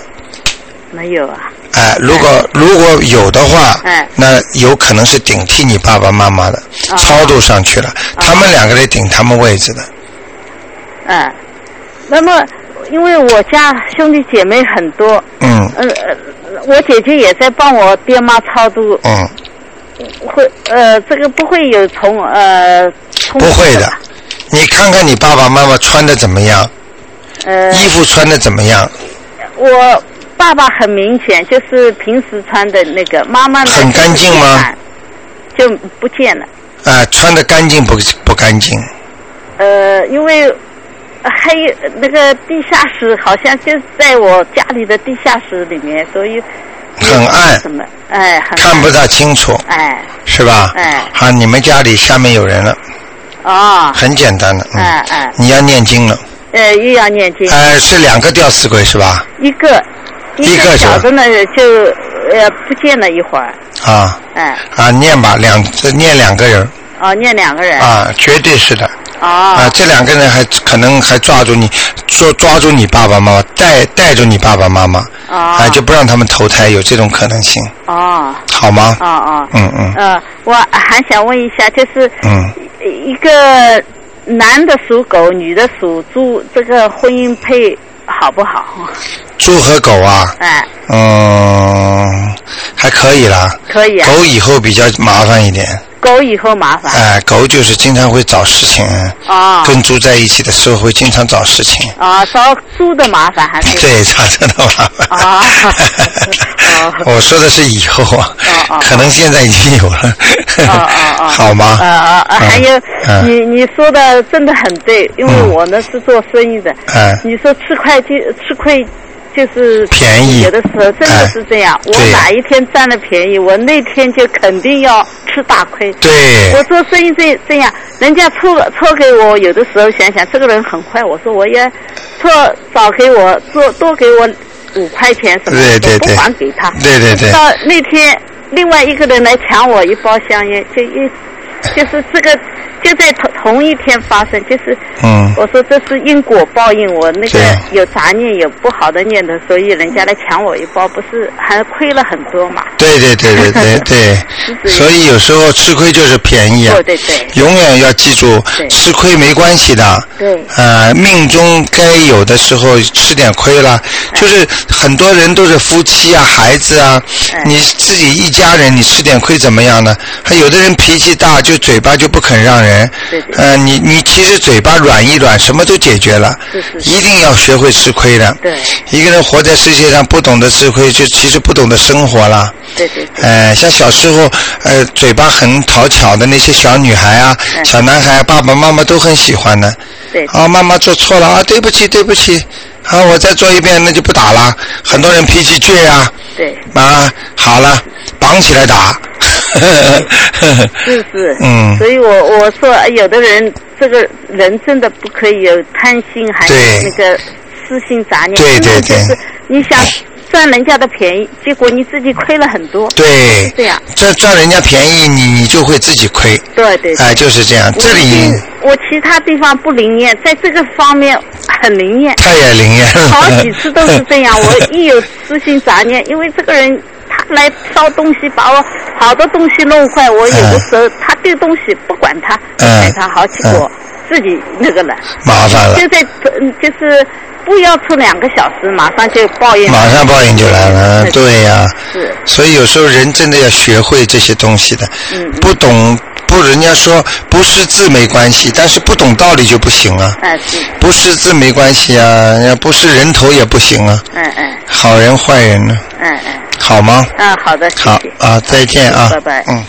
Speaker 4: 没有啊，
Speaker 1: 哎，如果如果有的话，
Speaker 4: 嗯
Speaker 1: 那有可能是顶替你爸爸妈妈的，
Speaker 4: 哦
Speaker 1: 超度上去了，他们两个来顶他们位置的。
Speaker 4: 嗯，那么因为我家兄弟姐妹很多，
Speaker 1: 嗯
Speaker 4: 呃，呃我姐姐也在帮我爹妈超度，
Speaker 1: 嗯，
Speaker 4: 会呃，这个不会有从呃冲突
Speaker 1: 不会的
Speaker 4: 吧。
Speaker 1: 你看看你爸爸妈妈穿的怎么样，
Speaker 4: 呃，
Speaker 1: 衣服穿的怎么样，
Speaker 4: 我爸爸很明显就是平时穿的那个，妈妈呢
Speaker 1: 很干净吗？
Speaker 4: 就是不见了就不见了。
Speaker 1: 啊、穿的干净不不干净？
Speaker 4: 呃，因为还有那个地下室，好像就在我家里的地下室里面，所以
Speaker 1: 嗯很暗
Speaker 4: 什么？哎，很
Speaker 1: 看不大清楚，
Speaker 4: 哎
Speaker 1: 是吧？
Speaker 4: 哎
Speaker 1: 好，你们家里下面有人了，
Speaker 4: 哦，
Speaker 1: 很简单的。嗯
Speaker 4: 哎哎
Speaker 1: 你要念经了。
Speaker 4: 呃，又要念经，
Speaker 1: 哎，是两个吊死鬼是吧？
Speaker 4: 一个
Speaker 1: 一个
Speaker 4: 个
Speaker 1: 是吧
Speaker 4: 小的呢就呃不见了一会儿，
Speaker 1: 啊
Speaker 4: 哎
Speaker 1: 啊，念吧，两念两个人
Speaker 4: 哦，念两个人
Speaker 1: 啊，绝对是的。
Speaker 4: 哦
Speaker 1: 啊，这两个人还可能还抓住你，抓抓住你爸爸妈妈，带带住你爸爸妈妈，
Speaker 4: 哦
Speaker 1: 啊，就不让他们投胎，有这种可能性，
Speaker 4: 哦
Speaker 1: 好吗？
Speaker 4: 哦哦，
Speaker 1: 嗯嗯
Speaker 4: 呃，我还想问一下，就是
Speaker 1: 嗯
Speaker 4: 一个男的属狗，女的属猪，这个婚姻配
Speaker 3: 好不好？
Speaker 1: 猪和狗啊，
Speaker 3: 哎，
Speaker 1: 嗯，还可以啦。
Speaker 3: 可以啊。
Speaker 1: 狗以后比较麻烦一点，
Speaker 3: 狗以后麻烦。
Speaker 1: 哎、狗就是经常会找事情，
Speaker 3: 哦
Speaker 1: 跟猪在一起的时候会经常找事情，
Speaker 3: 哦，找猪的麻烦还是？
Speaker 1: 对，造成的 麻烦。
Speaker 3: 哦哦
Speaker 1: 我说的是以后啊，
Speaker 3: 哦哦
Speaker 1: 可能现在已经有了，
Speaker 3: 哦哦哦
Speaker 1: 好吗？
Speaker 3: 呃呃呃，还有、
Speaker 1: 嗯
Speaker 3: 你你说的真的很对，因为
Speaker 1: 嗯
Speaker 3: 我呢是做生意的，
Speaker 1: 嗯
Speaker 3: 你说吃亏就吃亏就是
Speaker 1: 便宜哎
Speaker 3: 有的时候真的是这样。我
Speaker 1: 对
Speaker 3: 哪一天占了便宜，我那天就肯定要吃大亏。
Speaker 1: 对
Speaker 3: 我，做生意这这样，人家错错给我，有的时候想想这个人很坏，我说我也错少给我多多给我五块钱什么，
Speaker 1: 对对
Speaker 3: 我
Speaker 1: 对
Speaker 3: 不还给他。
Speaker 1: 对对对，
Speaker 3: 到那天另外一个人来抢我一包香烟，就一就是这个就在同同一天发生，就是
Speaker 1: 嗯，
Speaker 3: 我说这是因果报应，我那个
Speaker 1: 对
Speaker 3: 有杂念有不好的念头，所以人家来抢我一包，不是还亏了很多嘛？
Speaker 1: 对对对对对 对，
Speaker 3: 对
Speaker 1: 所以有时候吃亏就是便宜啊。
Speaker 3: 对对对
Speaker 1: 永远要记住，
Speaker 3: 对
Speaker 1: 吃亏没关系的。
Speaker 3: 对
Speaker 1: 呃，命中该有的时候吃点亏了，就是很多人都是夫妻啊、孩子啊，
Speaker 3: 哎
Speaker 1: 你自己一家人，你吃点亏怎么样呢？还有的人脾气大，就嘴巴就不肯让人。
Speaker 3: 对对
Speaker 1: 呃，你你其实嘴巴软一软，什么都解决了。
Speaker 3: 是是是
Speaker 1: 一定要学会吃亏的。
Speaker 3: 对
Speaker 1: 一个人活在世界上，不懂得吃亏，就其实不懂得生活了。
Speaker 3: 对对对
Speaker 1: 呃，像小时候，呃，嘴巴很讨巧的那些小女孩啊、
Speaker 3: 嗯
Speaker 1: 小男孩，爸爸妈妈都很喜欢的。
Speaker 3: 对
Speaker 1: 啊，妈妈做错了啊，对不起，对不起，啊，我再做一遍，那就不打了。很多人脾气倔啊，
Speaker 3: 对，
Speaker 1: 啊，好了，绑起来打。
Speaker 3: 是不是？
Speaker 1: 嗯
Speaker 3: 所以我我说哎有的人这个人真的不可以有贪心，还有
Speaker 1: 对
Speaker 3: 那个私心杂念，
Speaker 1: 对对
Speaker 3: 真的就是你想占人家的便宜，结果你自己亏了很多。
Speaker 1: 对，
Speaker 3: 这样
Speaker 1: 这占人家便宜，你你就会自己亏，
Speaker 3: 对对
Speaker 1: 哎、
Speaker 3: 对。
Speaker 1: 就是这样。
Speaker 3: 我
Speaker 1: 这里，
Speaker 3: 其我其他地方不灵验，在这个方面很灵验
Speaker 1: 太也灵验了，
Speaker 3: 好几次都是 这样。我一有私心杂念，因为这个人他来烧东西，把我好多东西弄坏，我有的时候他丢东西不管他，
Speaker 1: 嗯
Speaker 3: 给他好，结果自己那个了，
Speaker 1: 麻烦了
Speaker 3: 就，在嗯就是不要出两个小时，马上就报应
Speaker 1: 马
Speaker 3: 了，
Speaker 1: 上报应就来了。啊
Speaker 3: 是
Speaker 1: 对呀、
Speaker 3: 是
Speaker 1: 所以有时候人真的要学会这些东西的，
Speaker 3: 嗯
Speaker 1: 不懂不，人家说不识字没关系，但是不懂道理就不行啊。
Speaker 3: 哎是，
Speaker 1: 不识字没关系啊，要不是人头也不行啊。
Speaker 3: 嗯嗯
Speaker 1: 好人坏人呢，
Speaker 3: 嗯嗯
Speaker 1: 好吗？
Speaker 3: 嗯，好的，谢
Speaker 1: 好
Speaker 3: 谢。
Speaker 1: 啊，再见啊，
Speaker 3: 拜拜
Speaker 1: 嗯。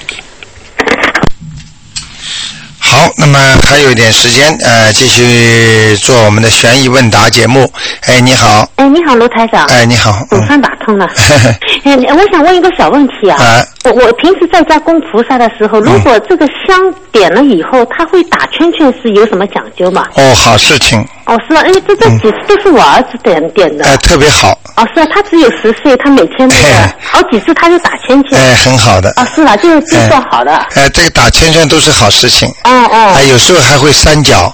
Speaker 1: 好，那么还有一点时间，呃，继续做我们的悬疑问答节目。哎，你好，
Speaker 4: 哎，你好，卢台长。
Speaker 1: 哎，你好，
Speaker 4: 总
Speaker 1: 嗯，
Speaker 4: 算打通了。 哎，我想问一个小问题啊。
Speaker 3: 嗯
Speaker 1: 哎
Speaker 4: 我我平时在家供菩萨的时
Speaker 1: 嗯
Speaker 4: 候，如果这个香点了以后，它会打圈圈，是有什么讲究吗？
Speaker 1: 哦，好事情，
Speaker 4: 哦，是吗？因为这这
Speaker 1: 嗯
Speaker 4: 几次都是我儿子点点的。
Speaker 1: 哎，特别好，
Speaker 4: 哦，是啊，他只有十岁，他每天那
Speaker 1: 嘿
Speaker 4: 个好几次他就打圈圈。
Speaker 1: 哎，很好的，
Speaker 3: 嗯
Speaker 4: 哦，是吧？就是就做好了。
Speaker 1: 哎，这个打圈圈都是好事情。
Speaker 4: 哦
Speaker 1: 哎，
Speaker 4: 哦
Speaker 1: 有时候还会三角，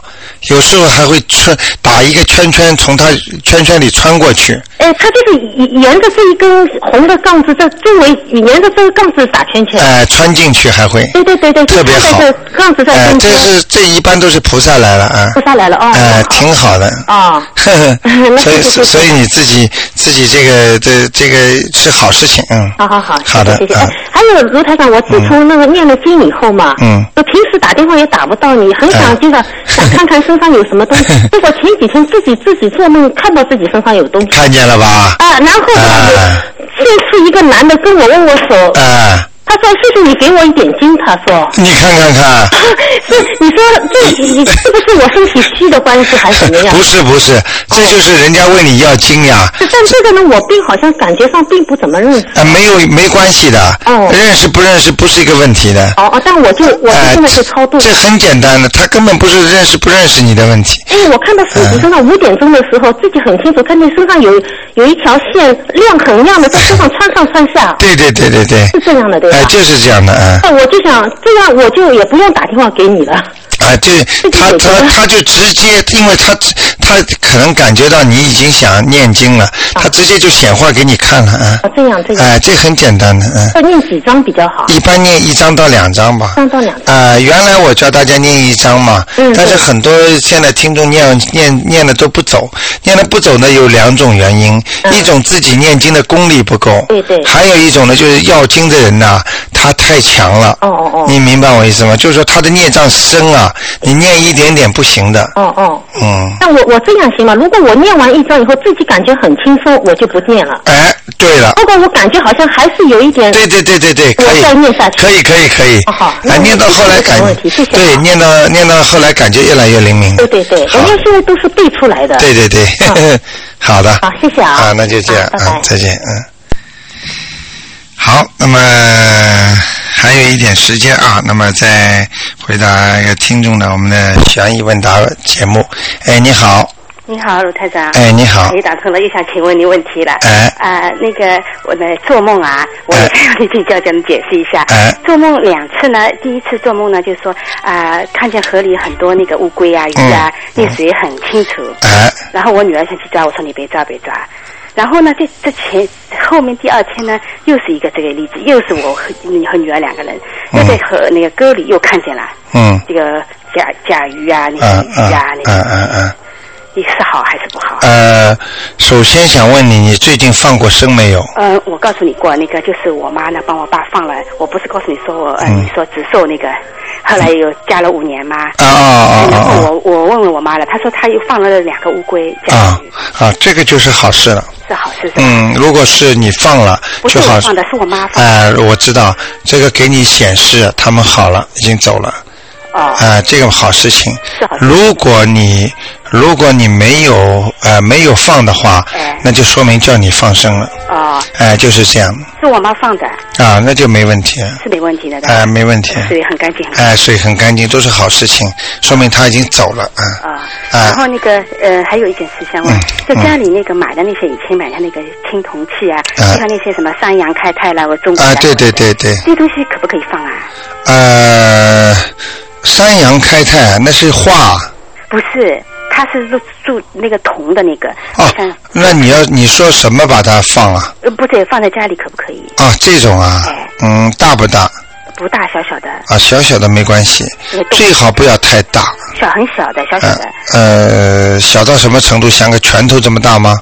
Speaker 1: 有时候还会穿打一个圈圈，从他圈圈里穿过去。
Speaker 4: 哎，他就是沿沿着这一根红的杠子，这周围沿着这个杠子打圈圈。
Speaker 1: 哎、穿进去还会。
Speaker 4: 对对对对，就
Speaker 1: 特别
Speaker 4: 放
Speaker 1: 好
Speaker 4: 在这杠子在
Speaker 1: 哎、
Speaker 4: 中间
Speaker 1: 这。是这一般都是菩萨来了啊。
Speaker 4: 不下来了哦。
Speaker 1: 哎、挺好的。
Speaker 4: 啊，
Speaker 1: 呵呵，
Speaker 4: 那
Speaker 1: 所以
Speaker 4: 谢谢谢谢
Speaker 1: 所以你自己自己这个这这个是好事情，嗯。
Speaker 4: 好好好，
Speaker 1: 好的
Speaker 4: 谢谢。
Speaker 1: 啊
Speaker 4: 哎，还有卢台长，我自从那个念了经以后嘛，
Speaker 1: 嗯
Speaker 4: 我平时打电话也打不到你，很
Speaker 1: 哎。
Speaker 4: 想就是想看看身上有什么东西 结果前几天自己自己做梦看到自己身上有东西
Speaker 1: 看见了吧？
Speaker 4: 啊，然后
Speaker 1: 哎
Speaker 4: 呢，先是一个男的跟我握握手，
Speaker 1: 哎、
Speaker 4: 他说谢谢你给我一点经，他说。
Speaker 1: 你看看
Speaker 4: 哎
Speaker 1: 看。
Speaker 4: 是你说这你是不是我身体虚的关系还是怎么 样？
Speaker 1: 不是不
Speaker 4: 哦
Speaker 1: 是，这就是人家问你要经呀。
Speaker 4: 是但这个呢，我并好像感觉上并不怎么认识。
Speaker 1: 啊，没有没关系的，
Speaker 4: 哦
Speaker 1: 认识不认识不是一个问题的。
Speaker 4: 哦哦，但我就我就
Speaker 1: 哎，
Speaker 4: 现在就超度了。
Speaker 1: 这很简单的，他根本不是认识不认识你的问题。
Speaker 4: 因
Speaker 6: 哎
Speaker 4: 为我看到手机
Speaker 1: 哎
Speaker 4: 身上五点钟的时候，自己很清楚看见身上有有一条线亮很亮的在身上穿上穿下，
Speaker 1: 对对对对对，哎
Speaker 4: 是这样的对吧
Speaker 1: 哎，？就是这样的，嗯。
Speaker 4: 那我就想这样，我就也不用打电话给你了。
Speaker 1: 啊，就他他他就直接，因为他他可能感觉到你已经想念经
Speaker 4: 啊
Speaker 1: 了，他直接就显化给你看了啊。
Speaker 6: 啊，这样这样，
Speaker 1: 哎，这很简单的，
Speaker 4: 啊
Speaker 1: 嗯。
Speaker 6: 要念几张比较好？
Speaker 1: 一般念一张到两张吧。
Speaker 6: 张到两张
Speaker 1: 啊、原来我教大家念一张嘛，
Speaker 6: 嗯
Speaker 1: 但是很多现在听众念念念的都不走，念的不走呢有两种原因，一种自己念经的功力不够，
Speaker 6: 嗯对对
Speaker 1: 还有一种呢就是要经的人呐、他太强了，
Speaker 6: 哦哦哦
Speaker 1: 你明白我意思吗？就是说他的孽障深啊，你念一点点不行的，
Speaker 6: 哦哦，
Speaker 1: 嗯，
Speaker 6: 那我我这样行吗？如果我念完一张以后自己感觉很轻松，我就不念了。
Speaker 1: 哎，对了。
Speaker 6: 如果我感觉好像还是有一点，
Speaker 1: 对对对对对，可以，
Speaker 6: 嗯我再念下去
Speaker 1: 可以可以可以，
Speaker 6: 哦好那
Speaker 1: 啊，
Speaker 6: 我
Speaker 1: 念到后来感
Speaker 6: 没问题谢谢啊
Speaker 1: 对，念到念到后来感觉越来越灵敏，
Speaker 6: 对对对，
Speaker 1: 好
Speaker 6: 人家现在都是背出来的。
Speaker 1: 对对对， 好的，
Speaker 6: 好谢谢啊
Speaker 1: 啊，那就这样
Speaker 6: 好，拜拜
Speaker 1: 啊，再见，嗯。好，那么还有一点时间啊，那么再回答一个听众的我们的悬疑问答节目。哎，你好，
Speaker 4: 你好，鲁台长。
Speaker 1: 哎，你好
Speaker 4: 你，打通了，又想请问你问题了。
Speaker 1: 哎
Speaker 4: 啊、那个我呢做梦啊，我
Speaker 1: 哎
Speaker 4: 向你请教，咱们解释一下。
Speaker 1: 哎
Speaker 4: 做梦两次呢，第一次做梦呢，就是说啊、看见河里很多那个乌龟啊、鱼啊，那水很清楚。
Speaker 1: 嗯哎，
Speaker 4: 然后我女儿想去抓，我说你别抓，别抓。然后呢，这这前后面第二天呢，又是一个这个例子，又是我和你和女儿两个人，又在河那个沟里又看见了
Speaker 1: 嗯，
Speaker 4: 这个甲甲鱼啊，
Speaker 1: 嗯
Speaker 4: 那个鱼
Speaker 1: 嗯
Speaker 4: 啊，那
Speaker 1: 嗯
Speaker 4: 个
Speaker 1: 嗯嗯，
Speaker 4: 你是好还是不好？啊
Speaker 1: 呃，首先想问你，你最近放过生没有？
Speaker 4: 呃，我告诉你过，那个就是我妈呢帮我爸放了，我不是告诉你说我呃，
Speaker 1: 嗯
Speaker 4: 你说只受那个，后来又加了五年嘛。
Speaker 1: 啊啊啊
Speaker 4: 然
Speaker 1: 啊
Speaker 4: 后我我问了我妈了，她说她又放了两个乌龟，这
Speaker 1: 啊
Speaker 4: 样
Speaker 1: 啊啊！这个就是好事了。
Speaker 4: 是好事是吧？
Speaker 1: 嗯，如果是你放了，
Speaker 4: 不是
Speaker 1: 就好
Speaker 4: 我
Speaker 1: 事。
Speaker 4: 放的，是我妈放的。
Speaker 1: 哎、我知道这个给你显示他们好了，已经走了。
Speaker 4: 哦
Speaker 1: 啊、这个好事情
Speaker 4: 是好。事
Speaker 1: 如果你如果你没有呃没有放的话
Speaker 4: 哎，
Speaker 1: 那就说明叫你放生了。
Speaker 4: 哦，
Speaker 1: 哎、就是这样
Speaker 4: 是我妈放的，
Speaker 1: 啊，那就没问题了。
Speaker 4: 是没问题的。对吧
Speaker 1: 哎、没问题。
Speaker 4: 水很干净。
Speaker 1: 哎、水很干净，都是好事情，说明他已经走了啊。
Speaker 4: 啊，
Speaker 1: 哎
Speaker 4: 然后那个呃，还有一件事想问
Speaker 1: 嗯，
Speaker 4: 就家里那个买的那些以前买的那个青铜器啊，就
Speaker 1: 哎
Speaker 4: 像那些什么三羊开泰了，我中国
Speaker 1: 啊、
Speaker 4: 的
Speaker 1: 对对对对。
Speaker 4: 这些东西可不可以放啊？
Speaker 1: 呃，山羊开泰啊那是画
Speaker 4: 不是，它是入住那个铜的那个，
Speaker 1: 哦
Speaker 4: 像，
Speaker 1: 那你要你说什么把它放了
Speaker 4: 呃不对，放在家里可不可以？
Speaker 1: 啊？这种啊
Speaker 4: 哎，
Speaker 1: 嗯，大不大
Speaker 4: 不大，小小的，
Speaker 1: 啊？小小的没关系
Speaker 4: 那个，
Speaker 1: 最好不要太大。
Speaker 4: 小很小的，小小
Speaker 1: 呃
Speaker 4: 的，
Speaker 1: 呃，小到什么程度？像个拳头这么大吗？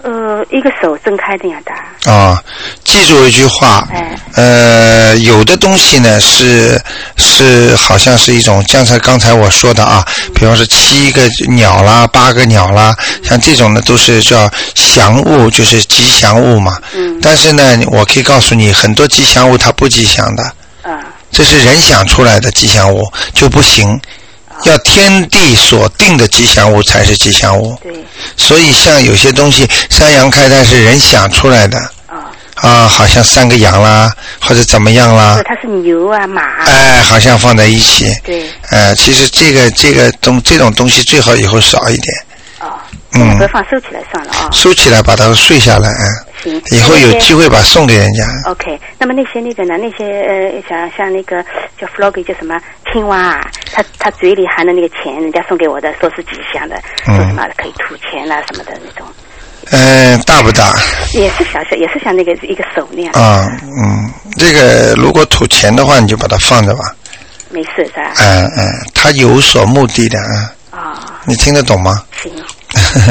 Speaker 4: 呃，一个手睁开那样大，
Speaker 1: 啊，记住一句话
Speaker 4: 哎，
Speaker 1: 呃，有的东西呢是是好像是一种，像才刚才我说的啊，比方说七个鸟啦，八个鸟啦，像这种呢都是叫祥物，就是吉祥物嘛。嗯。但是呢，我可以告诉你，很多吉祥物它不吉祥的，
Speaker 4: 啊、
Speaker 1: 这是人想出来的吉祥物就不行。要天地所定的吉祥物才是吉祥物，
Speaker 4: 对，
Speaker 1: 所以像有些东西，山羊开泰是人想出来的，
Speaker 4: 啊、
Speaker 1: 啊，好像三个羊啦，或者怎么样啦
Speaker 4: 呃，，它是牛啊，马啊，
Speaker 1: 哎，好像放在一起。
Speaker 4: 对，
Speaker 1: 呃，其实这个这个东这种东西最好以后少一点，
Speaker 4: 哦，
Speaker 1: 嗯
Speaker 4: 那不要放收起来算了啊、
Speaker 1: 收起来把它碎下来，嗯
Speaker 4: 行，
Speaker 1: 以后有
Speaker 4: 那些
Speaker 1: 机会把送给人家。
Speaker 4: OK，那么那些那个呢？那些呃，像像那个叫 flog 叫什么青蛙啊，它它嘴里含的那个钱，人家送给我的，说是吉祥的，说什么可以吐钱啦、什么的那种，
Speaker 1: 嗯、大不大？
Speaker 4: 也是小小，也是像那个一个手那样，
Speaker 1: 啊，嗯，这个如果吐钱的话，你就把它放着吧。
Speaker 4: 没事是吧？
Speaker 1: 嗯嗯，他有所目的的，嗯，
Speaker 4: 啊、
Speaker 1: 你听得懂吗？
Speaker 4: 行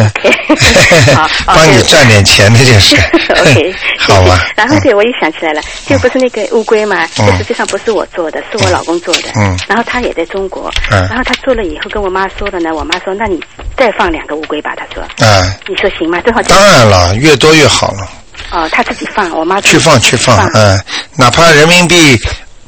Speaker 4: ，OK，好，好
Speaker 1: 帮你
Speaker 4: 啊对
Speaker 1: 赚点钱那件事
Speaker 4: OK，
Speaker 1: 好吧
Speaker 4: 谢谢。然后对，我又想起来了，就不是那个乌龟嘛，
Speaker 1: 嗯
Speaker 4: 这实际上不是我做的，是我老公做的。
Speaker 1: 嗯
Speaker 4: 然后他也在中国，
Speaker 1: 嗯
Speaker 4: 然后他做了以后跟我妈说了呢，我妈说那你再放两个乌龟吧，他说。
Speaker 1: 啊，
Speaker 4: 你说行吗？正好就
Speaker 1: 当然了，越多越好了。
Speaker 4: 哦，他自己放，我妈自己
Speaker 1: 去放去放，
Speaker 4: 放
Speaker 1: 嗯，哪怕人民币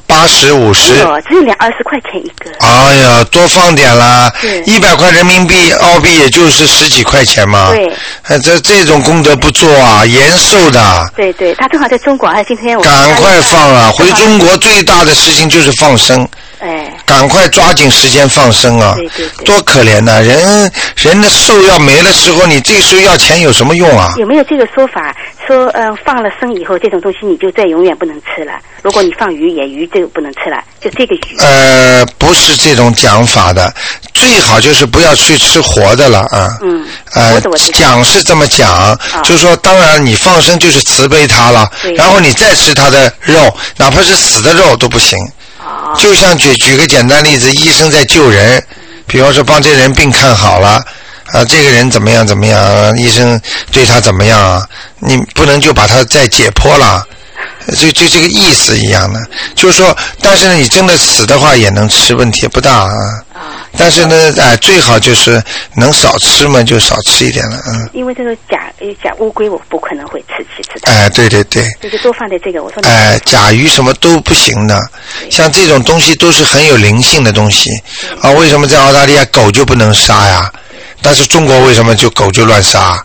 Speaker 1: 八十五
Speaker 4: 没
Speaker 1: 十，
Speaker 4: 有，只有两二十块钱一个。
Speaker 1: 哎呀，多放点啦
Speaker 4: 是，
Speaker 1: 一百块人民币澳币也就是十几块钱嘛，
Speaker 4: 对
Speaker 1: 哎，这这种功德不做啊，延寿的，
Speaker 4: 对对，他正好在中国，哎，今天我
Speaker 1: 赶快放啊！回中
Speaker 4: 国
Speaker 1: 国最大的事情就是放生，
Speaker 4: 哎，
Speaker 1: 赶快抓紧时间放生啊！
Speaker 4: 对对对
Speaker 1: 多可怜呐、人人的寿要没的时候，你这时候要钱有什么用啊？
Speaker 4: 有没有这个说法？说嗯、呃放了生以后，这种东西你就再永远不能吃了。如果你放鱼，也鱼这个不能吃了，就这个鱼。
Speaker 1: 呃，不是这种讲法的，最好就是不要去吃活的了啊。
Speaker 4: 嗯
Speaker 1: 呃
Speaker 4: 活的我知，道啊
Speaker 1: 讲是这么讲，就是说，当然你放生就是慈悲它了
Speaker 4: 对，
Speaker 1: 然后你再吃它的肉，哪怕是死的肉都不行。
Speaker 4: 哦，
Speaker 1: 就像举举个简单例子，医生在救人，比方说帮这人病看好了，啊，这个人怎么样怎么样，啊医生对他怎么样啊，你不能就把他再解剖了。 就就这个意思一样的，就是说，但是呢，你真的死的话也能吃，问题也不大啊。但是呢，哎，最好就是能少吃嘛，就少吃一点了，嗯。
Speaker 4: 因为这个甲呃甲乌龟，我不可能会吃去吃的，
Speaker 1: 哎，对对对。
Speaker 4: 所以就多放点这个。我说你
Speaker 1: 哎，甲鱼什么都不行的，像这种东西都是很有灵性的东西啊。为什么在澳大利亚狗就不能杀呀？但是中国为什么就狗就乱杀？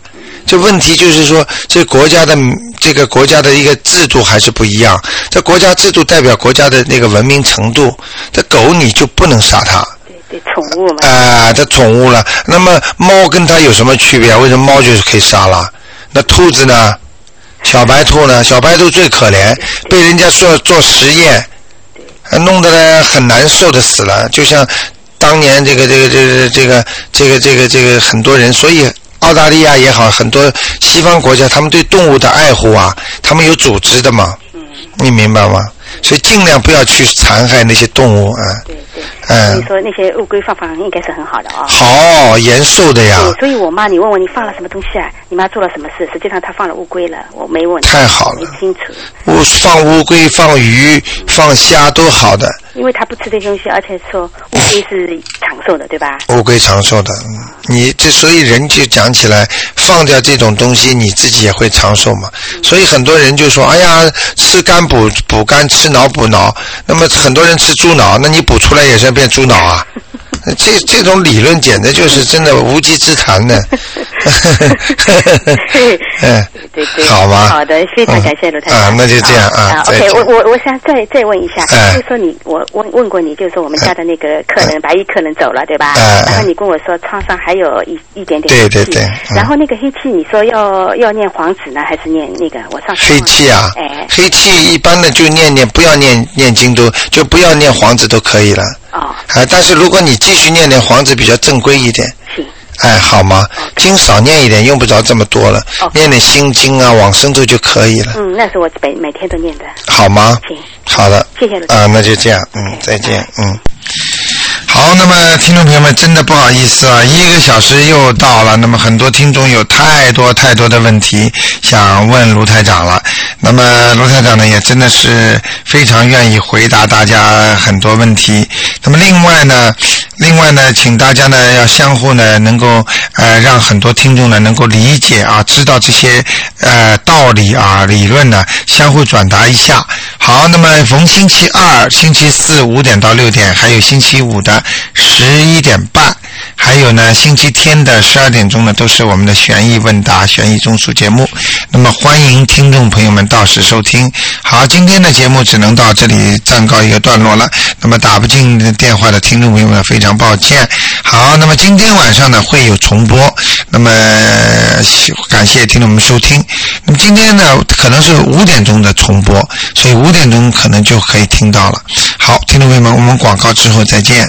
Speaker 1: 这问题就是说，这国家的这个国家的一个制度还是不一样。这国家制度代表国家的那个文明程度，这狗你就不能杀它。
Speaker 4: 对对宠物嘛，
Speaker 1: 啊、它宠物了。那么猫跟它有什么区别啊？为什么猫就是可以杀了？那兔子呢？小白兔呢？小白兔最可怜，被人家做做实验，呃弄得呢很难受的死了。就像当年这个这个这个这个这个这个这个很多人，所以澳大利亚也好，很多西方国家他们对动物的爱护啊，他们有组织的嘛，你明白吗？所以尽量不要去残害那些动物啊。
Speaker 4: 对对。
Speaker 1: 嗯
Speaker 4: 所以说那些乌龟放放应该是很好的啊、
Speaker 1: 好啊延寿的呀。
Speaker 4: 对，所以我妈，你问我你放了什么东西啊？你妈做了什么事？实际上她放了乌龟了，我没问。
Speaker 1: 太好了
Speaker 4: 没清楚，
Speaker 1: 乌放乌龟、放鱼、放虾都好的，
Speaker 4: 因为她不吃这些东西，而且说乌龟是长寿的，对吧？
Speaker 1: 乌龟长寿的。嗯你这所以人就讲起来，放掉这种东西，你自己也会长寿嘛。所以很多人就说：“哎呀，吃肝补补肝，吃脑补脑。”那么很多人吃猪脑，那你补出来也是变猪脑啊。这这种理论简直就是真的无稽之谈呢。 嗯，
Speaker 4: 对对，
Speaker 1: 好吧
Speaker 4: 好的，非常感谢卢太太。
Speaker 1: 嗯啊那就这样啊
Speaker 4: 啊
Speaker 1: 再见
Speaker 4: ，OK，我我我想再再问一下，
Speaker 1: 哎
Speaker 4: 就说你我问问过你，就是说我们家的那个客人白衣客人走了，对吧？
Speaker 1: 哎
Speaker 4: 然后你跟我说窗上还有一一点点
Speaker 1: 对
Speaker 4: 黑
Speaker 1: 对
Speaker 4: 气
Speaker 1: 对嗯
Speaker 4: 然后那个黑气，你说要要念黄纸呢，还是念那个？我上次
Speaker 1: 黑气啊
Speaker 4: 忘了哎，
Speaker 1: 黑气一般的就念念，不要念念经都，就不要念黄纸都可以了。
Speaker 4: 哦，
Speaker 1: 啊，但是如果你继续念念黄纸，比较正规一点，
Speaker 4: 行。
Speaker 1: 哎，好吗？经少念一点，用不着这么多了，念点心经啊、往生咒就可以了，
Speaker 4: 嗯，那是我每每天都念的。
Speaker 1: 好吗？
Speaker 4: 行，
Speaker 1: 好的，
Speaker 4: 嗯谢谢卢
Speaker 1: 啊，那就这样，嗯，再见，嗯。好，那么听众朋友们，真的不好意思啊，一个小时又到了。那么很多听众有太多太多的问题想问卢台长了。那么卢台长呢，也真的是非常愿意回答大家很多问题。那么另外呢，另外呢，请大家呢要相互呢能够呃让很多听众呢能够理解啊，知道这些呃道理啊理论呢，相互转达一下。好，那么逢星期二、星期四五点到六点，还有星期五的十一点半，还有呢星期天的十二点钟呢，都是我们的悬疑问答、悬疑综述节目。那么欢迎听众朋友们到时收听。好，今天的节目只能到这里暂告一个段落了。那么打不进电话的听众朋友们，非常抱歉。好，那么今天晚上呢会有重播。那么感谢听众们收听。那么今天呢可能是五点钟的重播，所以五点钟可能就可以听到了。好，听众朋友们，我们广告之后再见。